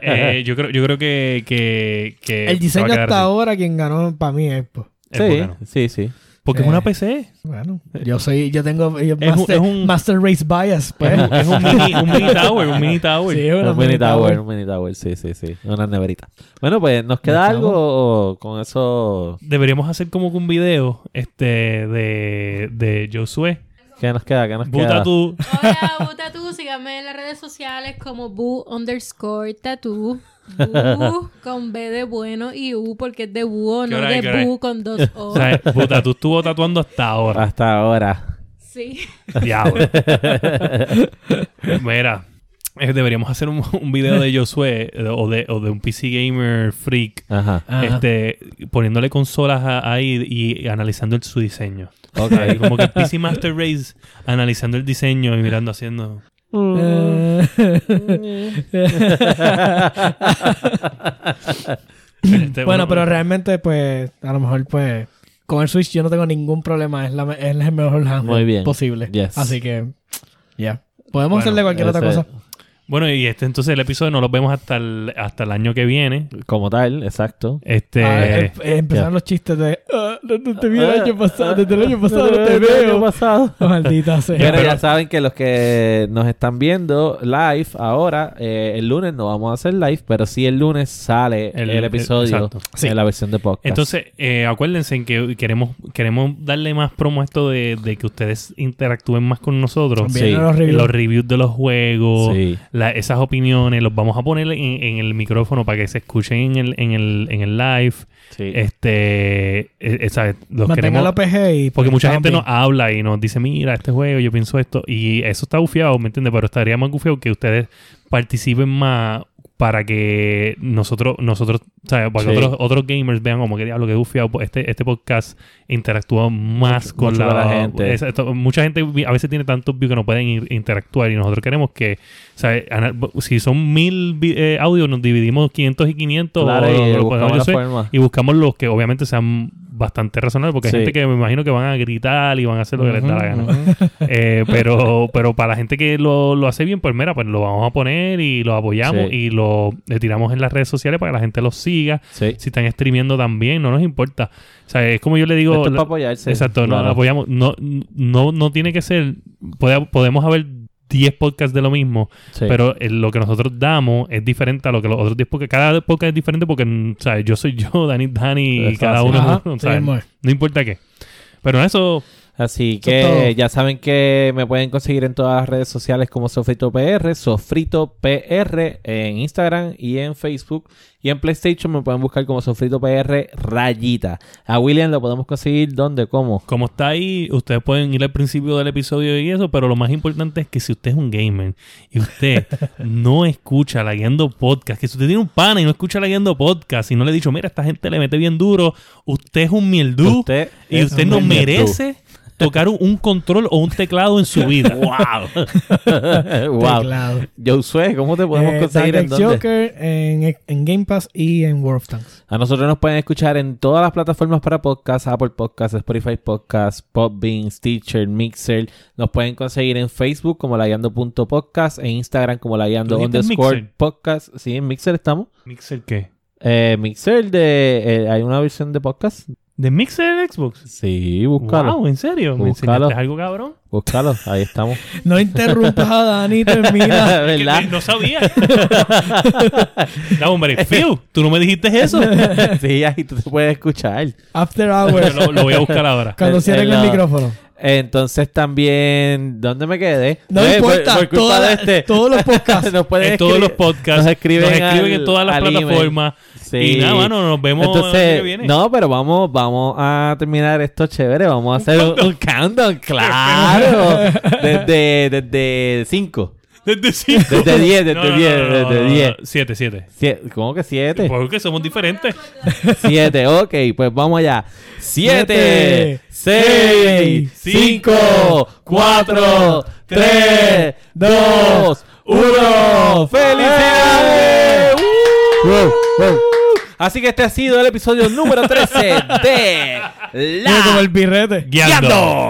Eh, yo, creo, yo creo que, que,
El
que se va a
diseño
quedar
hasta
así.
ahora, quien ganó para mí es Xbox.
El
sí,
Vulcano.
sí, sí.
Porque es
Eh.
una PC.
Bueno, yo soy, yo tengo yo
Es un-
master,
es un-
master Race Bias, pues.
Es un mini, un mini tower, un mini
[LAUGHS]
tower.
Sí, una
Un mini tower,
tower.
un mini tower, sí, sí, sí. Una neverita. Bueno, pues nos queda
Nos
algo o con eso.
Deberíamos hacer como que un video este, de, de Josué.
¿Qué nos queda? ¿Qué nos
Buta
queda?
tú.
Hola, Bu Tatú, síganme en las redes sociales como Bu underscore Tatú.
[LAUGHS]
Bu con B de bueno y U porque es de búho,
¿Qué
no
hora es? ¿Qué hora
de
es?
Bu con dos O.
O sea, Buta tú estuvo tatuando
[LAUGHS]
hasta ahora.
Hasta ahora.
Sí.
Diablo. Mira, eh, deberíamos hacer un, un video de Josué eh, o de, o de un PC Gamer Freak.
Ajá.
Este, poniéndole consolas a- ahí y analizando el- su diseño.
Ok.
Ahí como que PC Master Race analizando el diseño y mirando, haciendo. Este,
bueno,
uno-
pero realmente, pues, a lo mejor, pues, con el Switch yo no tengo ningún problema. Es, la, me- es el mejor [LAUGHS] handle
Muy bien.
posible.
Yes.
Así que, ya. Podemos
Bueno,
hacerle cualquier otra
Ese-
cosa.
Bueno, y este entonces el episodio no lo vemos hasta el, hasta el año que viene.
Como tal, exacto.
Este.
Ah, eh, eh, empezaron los chistes de, ah, no, no te vi el año pasado, desde el año pasado no te
ah, Desde el año
veo.
pasado.
[LAUGHS] Maldita sea.
Pero ya saben que los que nos están viendo live ahora, eh, el lunes no vamos a hacer live, pero sí el lunes sale
El-
el,
el-
episodio
exacto.
Sí.
en la versión de podcast.
Entonces, eh, acuérdense en que queremos, queremos darle más promo a esto de, de que ustedes interactúen más con nosotros.
Sí.
Vienen los reviews.
Los reviews de los juegos,
sí.
la- esas opiniones, los vamos a poner en, en el micrófono para que se escuchen en el, en el, en el live.
sí.
Este, eh, eh, ¿sabes? Los
Mantengan
queremos,
la PG y...
porque
pues,
mucha
estamos
gente
bien.
nos habla y nos dice, mira, este juego, yo pienso esto. Y eso está bufiado, ¿me entiendes? Pero estaría más bufiado que ustedes participen más para que nosotros, nosotros, ¿sabes? Para que
Sí.
otros, otros gamers vean como que diablo que bufiado. pues, Este, este podcast interactúa más
Mucho-
con
mucho
la,
con la gente.
Esa- esto- mucha gente vi- a veces tiene tantos views que no pueden ir- interactuar y nosotros queremos que, ¿sabes? Ana- Si son mil vi- eh, audios, nos dividimos 500 y 500.
Claro,
o lo-
y
lo
buscamos
podemos- yo
la
sé,
forma.
y buscamos los que obviamente sean bastante razonables, porque hay
Sí.
gente que me imagino que van a gritar y van a hacer lo que les da la gana.
Ujú, ujú.
[LAUGHS] Eh, pero, pero para la gente que lo, lo hace bien, pues mira, pues lo vamos a poner y lo apoyamos
Sí.
y lo le tiramos en las redes sociales para que la gente lo siga.
Sí.
Si están streameando también, no nos importa. O sea, es como yo le digo.
Esto es
la-
para apoyarse.
Exacto, no
Claro.
no pues, apoyamos. No, no, no tiene que ser. puede- podemos haber 10 podcasts de lo mismo,
Sí.
pero eh, lo que nosotros damos es diferente a lo que los otros 10 podcasts. Cada podcast es diferente porque, mm, ¿sabes? Yo soy [LAUGHS] yo, Dani, es Dani, y
Exacto.
cada uno
[LAUGHS]
Ajá,
es uno,
sí,
¿sabes?
muy.
No importa qué. Pero eso,
Así
Eso es todo.
que ya saben que me pueden conseguir en todas las redes sociales como Sofrito PR, Sofrito PR en Instagram y en Facebook. Y en PlayStation me pueden buscar como Sofrito PR rayita. A William lo podemos conseguir donde, cómo.
como está ahí, ustedes pueden ir al principio del episodio y eso, pero lo más importante es que si usted es un gamer
[LAUGHS]
y usted no escucha la guiando podcast, que si usted tiene un pana y no escucha la guiando podcast y no le ha dicho, mira, esta gente le mete bien duro, usted es un mierdú
Usted
y
es
usted
un
no
niño
merece tocar un, un control o un teclado en su
[LAUGHS]
vida. ¡Wow!
tú. [LAUGHS] wow.
Teclado.
Josué, ¿cómo te podemos
Eh,
conseguir en
Tactics
dónde?
Joker en, en Game Pass y en World of Tanks.
A nosotros nos pueden escuchar en todas las plataformas para podcast, Apple Podcasts, Spotify Podcasts, Podbean, Stitcher, Mixer. Nos pueden conseguir en Facebook como layando.podcast, en Instagram como layando
¿Tú dijiste
underscore
Mixer?
podcast. Sí, en Mixer estamos.
¿Mixer qué?
Eh, Mixer de... eh, ¿Hay una versión de podcast?
¿De Mixer en Xbox?
Sí, búscalo.
Wow, ¿en serio? ¿Me
Búscalo.
enseñaste algo, cabrón?
Búscalo, ahí
[LAUGHS]
estamos.
No interrumpas a
[LAUGHS]
Dani, termina.
¿Verdad?
Que No sabía. [LAUGHS] no, hombre, Phil, tú no me dijiste
[LAUGHS]
eso.
sí, ahí tú te puedes escuchar.
After
Yo
Hours.
lo, lo voy a buscar ahora.
cuando
el-
cierren
el-
el
la-
micrófono.
Entonces también... ¿Dónde me quedé?
No
Eh, por-
importa.
por culpa
toda la-
de este.
Todos los
[LAUGHS]
podcasts.
Nos pueden
En todos
escribir-
los podcasts.
nos escriben al-
en todas las
al email.
plataformas.
Sí.
Y nada, mano, nos vemos el año
Entonces,
que viene.
no, pero vamos, vamos a terminar esto chévere. Vamos a hacer un, un countdown,
[LAUGHS]
claro. Desde 5. Desde cinco.
Desde 5.
Desde diez, desde diez, desde diez.
7, 7.
Sie- ¿Cómo que siete?
Porque somos diferentes.
Siete, ok, pues vamos allá. Siete,
Siete,
seis,
seis,
cinco, cuatro, tres, dos, uno. ¡Felicidades! ¡Uh! Así que este ha sido el episodio número 13 de
Como
La
el birrete.
Guiando.